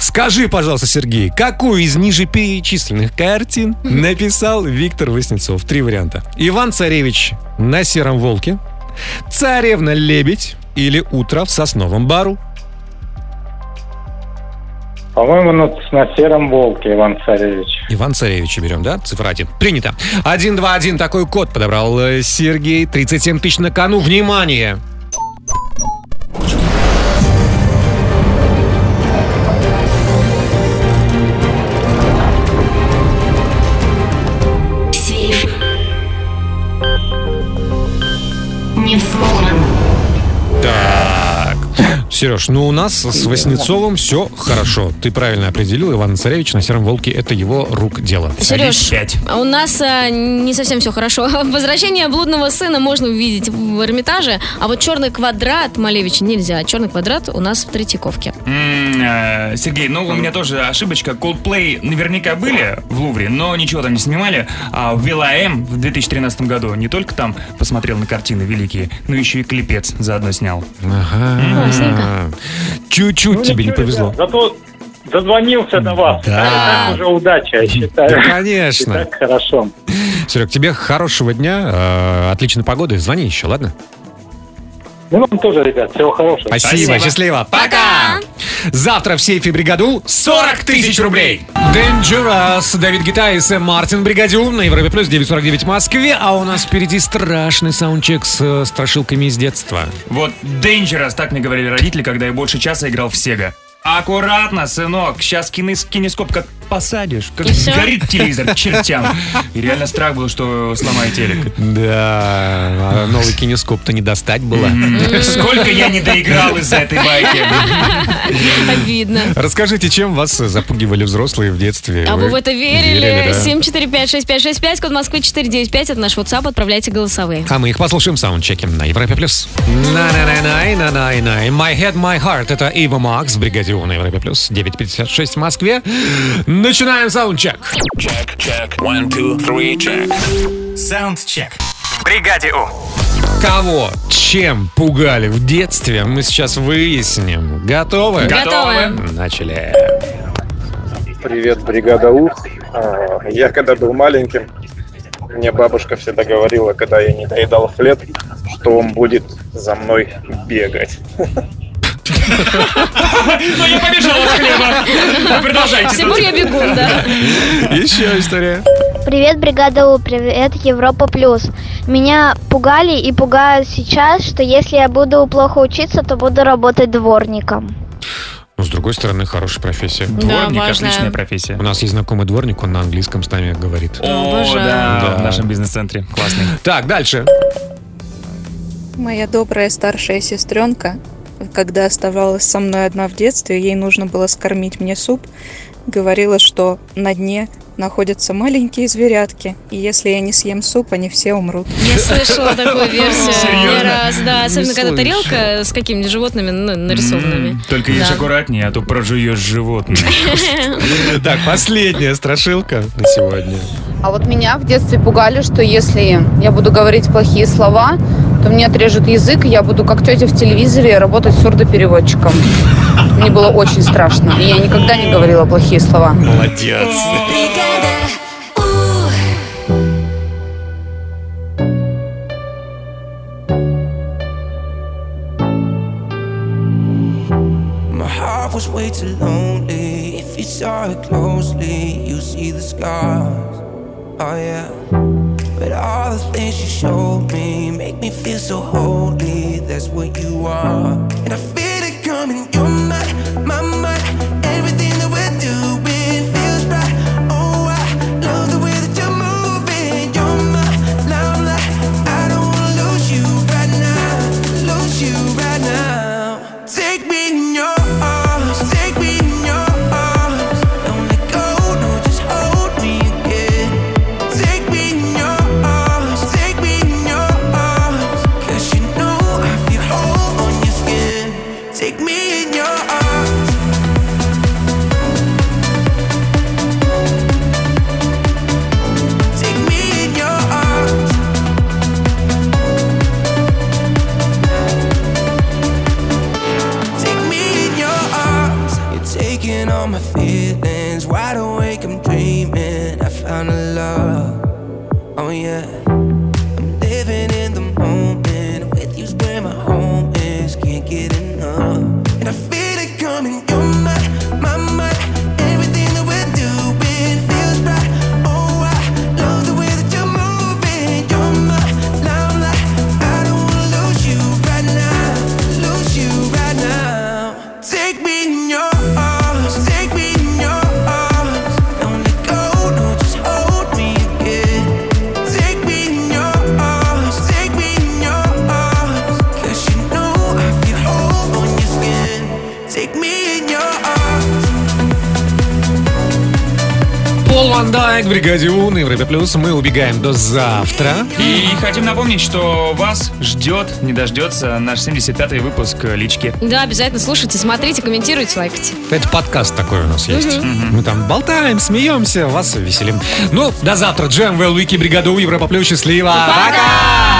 Speaker 1: Скажи, пожалуйста, Сергей, какую из ниже перечисленных картин написал Виктор Васнецов? Три варианта. Иван Царевич на сером волке, Царевна лебедь или утро в сосновом бару.
Speaker 8: По-моему, на, на сером волке Иван Царевич.
Speaker 1: Иван Царевича берем, да? Цифра 1. Принято. 1-2-1. Такой код подобрал э, Сергей. 37 тысяч на кону. Внимание!
Speaker 4: Сейф. Не взломан.
Speaker 1: Так. Сереж, ну у нас с Васнецовым все хорошо. Ты правильно определил, Иван Царевич на сером волке это его рук дело.
Speaker 3: Сереж, а у нас а, не совсем все хорошо. (laughs) Возвращение блудного сына можно увидеть в Эрмитаже, а вот черный квадрат Малевича нельзя. Черный квадрат у нас в Третьяковке.
Speaker 2: М, э, Сергей, ну у меня тоже ошибочка. Coldplay наверняка были в Лувре, но ничего там не снимали. А в М в 2013 году не только там посмотрел на картины великие, но еще и клипец заодно снял.
Speaker 1: Ага.
Speaker 2: Классненько.
Speaker 1: Чуть-чуть тебе не повезло.
Speaker 8: Зато зазвонился на вас. А, так уже удача, я считаю.
Speaker 1: Да, конечно.
Speaker 8: И так хорошо.
Speaker 1: Серег, тебе хорошего дня, э, отличной погоды. Звони еще, ладно?
Speaker 8: Ну, вам тоже, ребят, всего хорошего.
Speaker 1: Спасибо, счастливо. Пока! Завтра в сейфе бригаду 40 тысяч рублей. Dangerous, Давид Гита и Сэм Мартин Бригадю на Европе Плюс 949 в Москве, а у нас впереди страшный саундчек с э, страшилками из детства.
Speaker 2: Вот Dangerous, так мне говорили родители, когда я больше часа играл в Sega. Аккуратно, сынок, сейчас кинескоп как посадишь, как
Speaker 1: И всё.
Speaker 2: горит телевизор к чертям. И реально страх был, что сломаю телек.
Speaker 1: Да, а новый кинескоп-то не достать было.
Speaker 2: Сколько я не доиграл из-за этой байки.
Speaker 3: Обидно.
Speaker 1: Расскажите, чем вас запугивали взрослые в детстве?
Speaker 3: А вы в это верили?
Speaker 1: да.
Speaker 3: 7456565, код Москвы 495, это наш WhatsApp, отправляйте голосовые.
Speaker 1: А мы их послушаем в саундчеке на Европе+. плюс. на на на на на на My Head, My Heart. Это Ива Макс, бригадион на Европе+. плюс. 9.56 в Москве. Начинаем саундчек.
Speaker 21: Чек, чек, one, two, three, чек.
Speaker 1: Саундчек.
Speaker 21: В бригаде У.
Speaker 1: Кого, чем пугали в детстве, мы сейчас выясним. Готовы?
Speaker 21: Готовы.
Speaker 1: Начали.
Speaker 22: Привет, бригада У. А, Я когда был маленьким, мне бабушка всегда говорила, когда я не доедал хлеб, что он будет за мной бегать.
Speaker 2: Но я побежал от хлеба. Продолжайте.
Speaker 3: Тимур, я бегун, да.
Speaker 1: Еще история.
Speaker 23: Привет, бригада У, привет, Европа Плюс. Меня пугали и пугают сейчас, что если я буду плохо учиться, то буду работать дворником.
Speaker 1: Ну, с другой стороны, хорошая профессия.
Speaker 2: Дворник важная. отличная профессия.
Speaker 1: У нас есть знакомый дворник, он на английском с нами говорит.
Speaker 2: О, Обожаю. да, в нашем
Speaker 1: бизнес-центре. Классный. Так, дальше. (laughs)
Speaker 24: Моя добрая старшая сестренка, когда оставалась со мной одна в детстве, ей нужно было скормить мне суп, говорила, что на дне находятся маленькие зверятки, и если я не съем суп, они все умрут.
Speaker 3: Я слышала такую версию не
Speaker 24: Серьезно?
Speaker 3: раз, да.
Speaker 24: Не
Speaker 3: Особенно, когда
Speaker 24: слышал.
Speaker 3: тарелка с какими-нибудь животными ну, нарисованными.
Speaker 2: Только ешь
Speaker 3: Да.
Speaker 2: аккуратнее, а то прожуешь (laughs) животное.
Speaker 1: Так, последняя страшилка на сегодня.
Speaker 6: А вот меня в детстве пугали, что если я буду говорить плохие слова, то мне отрежут язык, и я буду как тетя в телевизоре работать сурдопереводчиком. Мне было очень страшно, и я никогда не говорила плохие слова.
Speaker 1: Молодец.
Speaker 5: My heart was way too lonely. If you saw it closely, you see the scars. Oh yeah. But all the things you showed me make me feel so holy. That's what you are. And I feel it coming. You're my, my, my. Everything that we're doing. Oh, Oh yeah. I'm living in the moment. With you's where my home is. Can't get enough. And I feel it coming. You're my, my, my. Everything that we're doing feels right. Oh, I love the way that you're moving. You're my limelight. I don't wanna lose you right now. Lose you right now. Take me in your arms. Take me in your arms. Don't let go. No, just hold me again. Take me in your arms. Take me in your arms. 'Cause you know I feel whole on your skin. Take me in your arms.
Speaker 1: Пол Ван Дайк, Бригаде У на Европе Плюс. Мы убегаем до завтра.
Speaker 2: И хотим напомнить, что вас ждет, не дождется, наш 75-й выпуск э, «Лички».
Speaker 3: Да, обязательно слушайте, смотрите, комментируйте, лайкайте.
Speaker 1: Это подкаст такой у нас есть. Мы там болтаем, смеемся, вас веселим. Ну, до завтра. Джем, Вэл, Вики, Бригада У, Европа Плюс. Счастливо. Пока!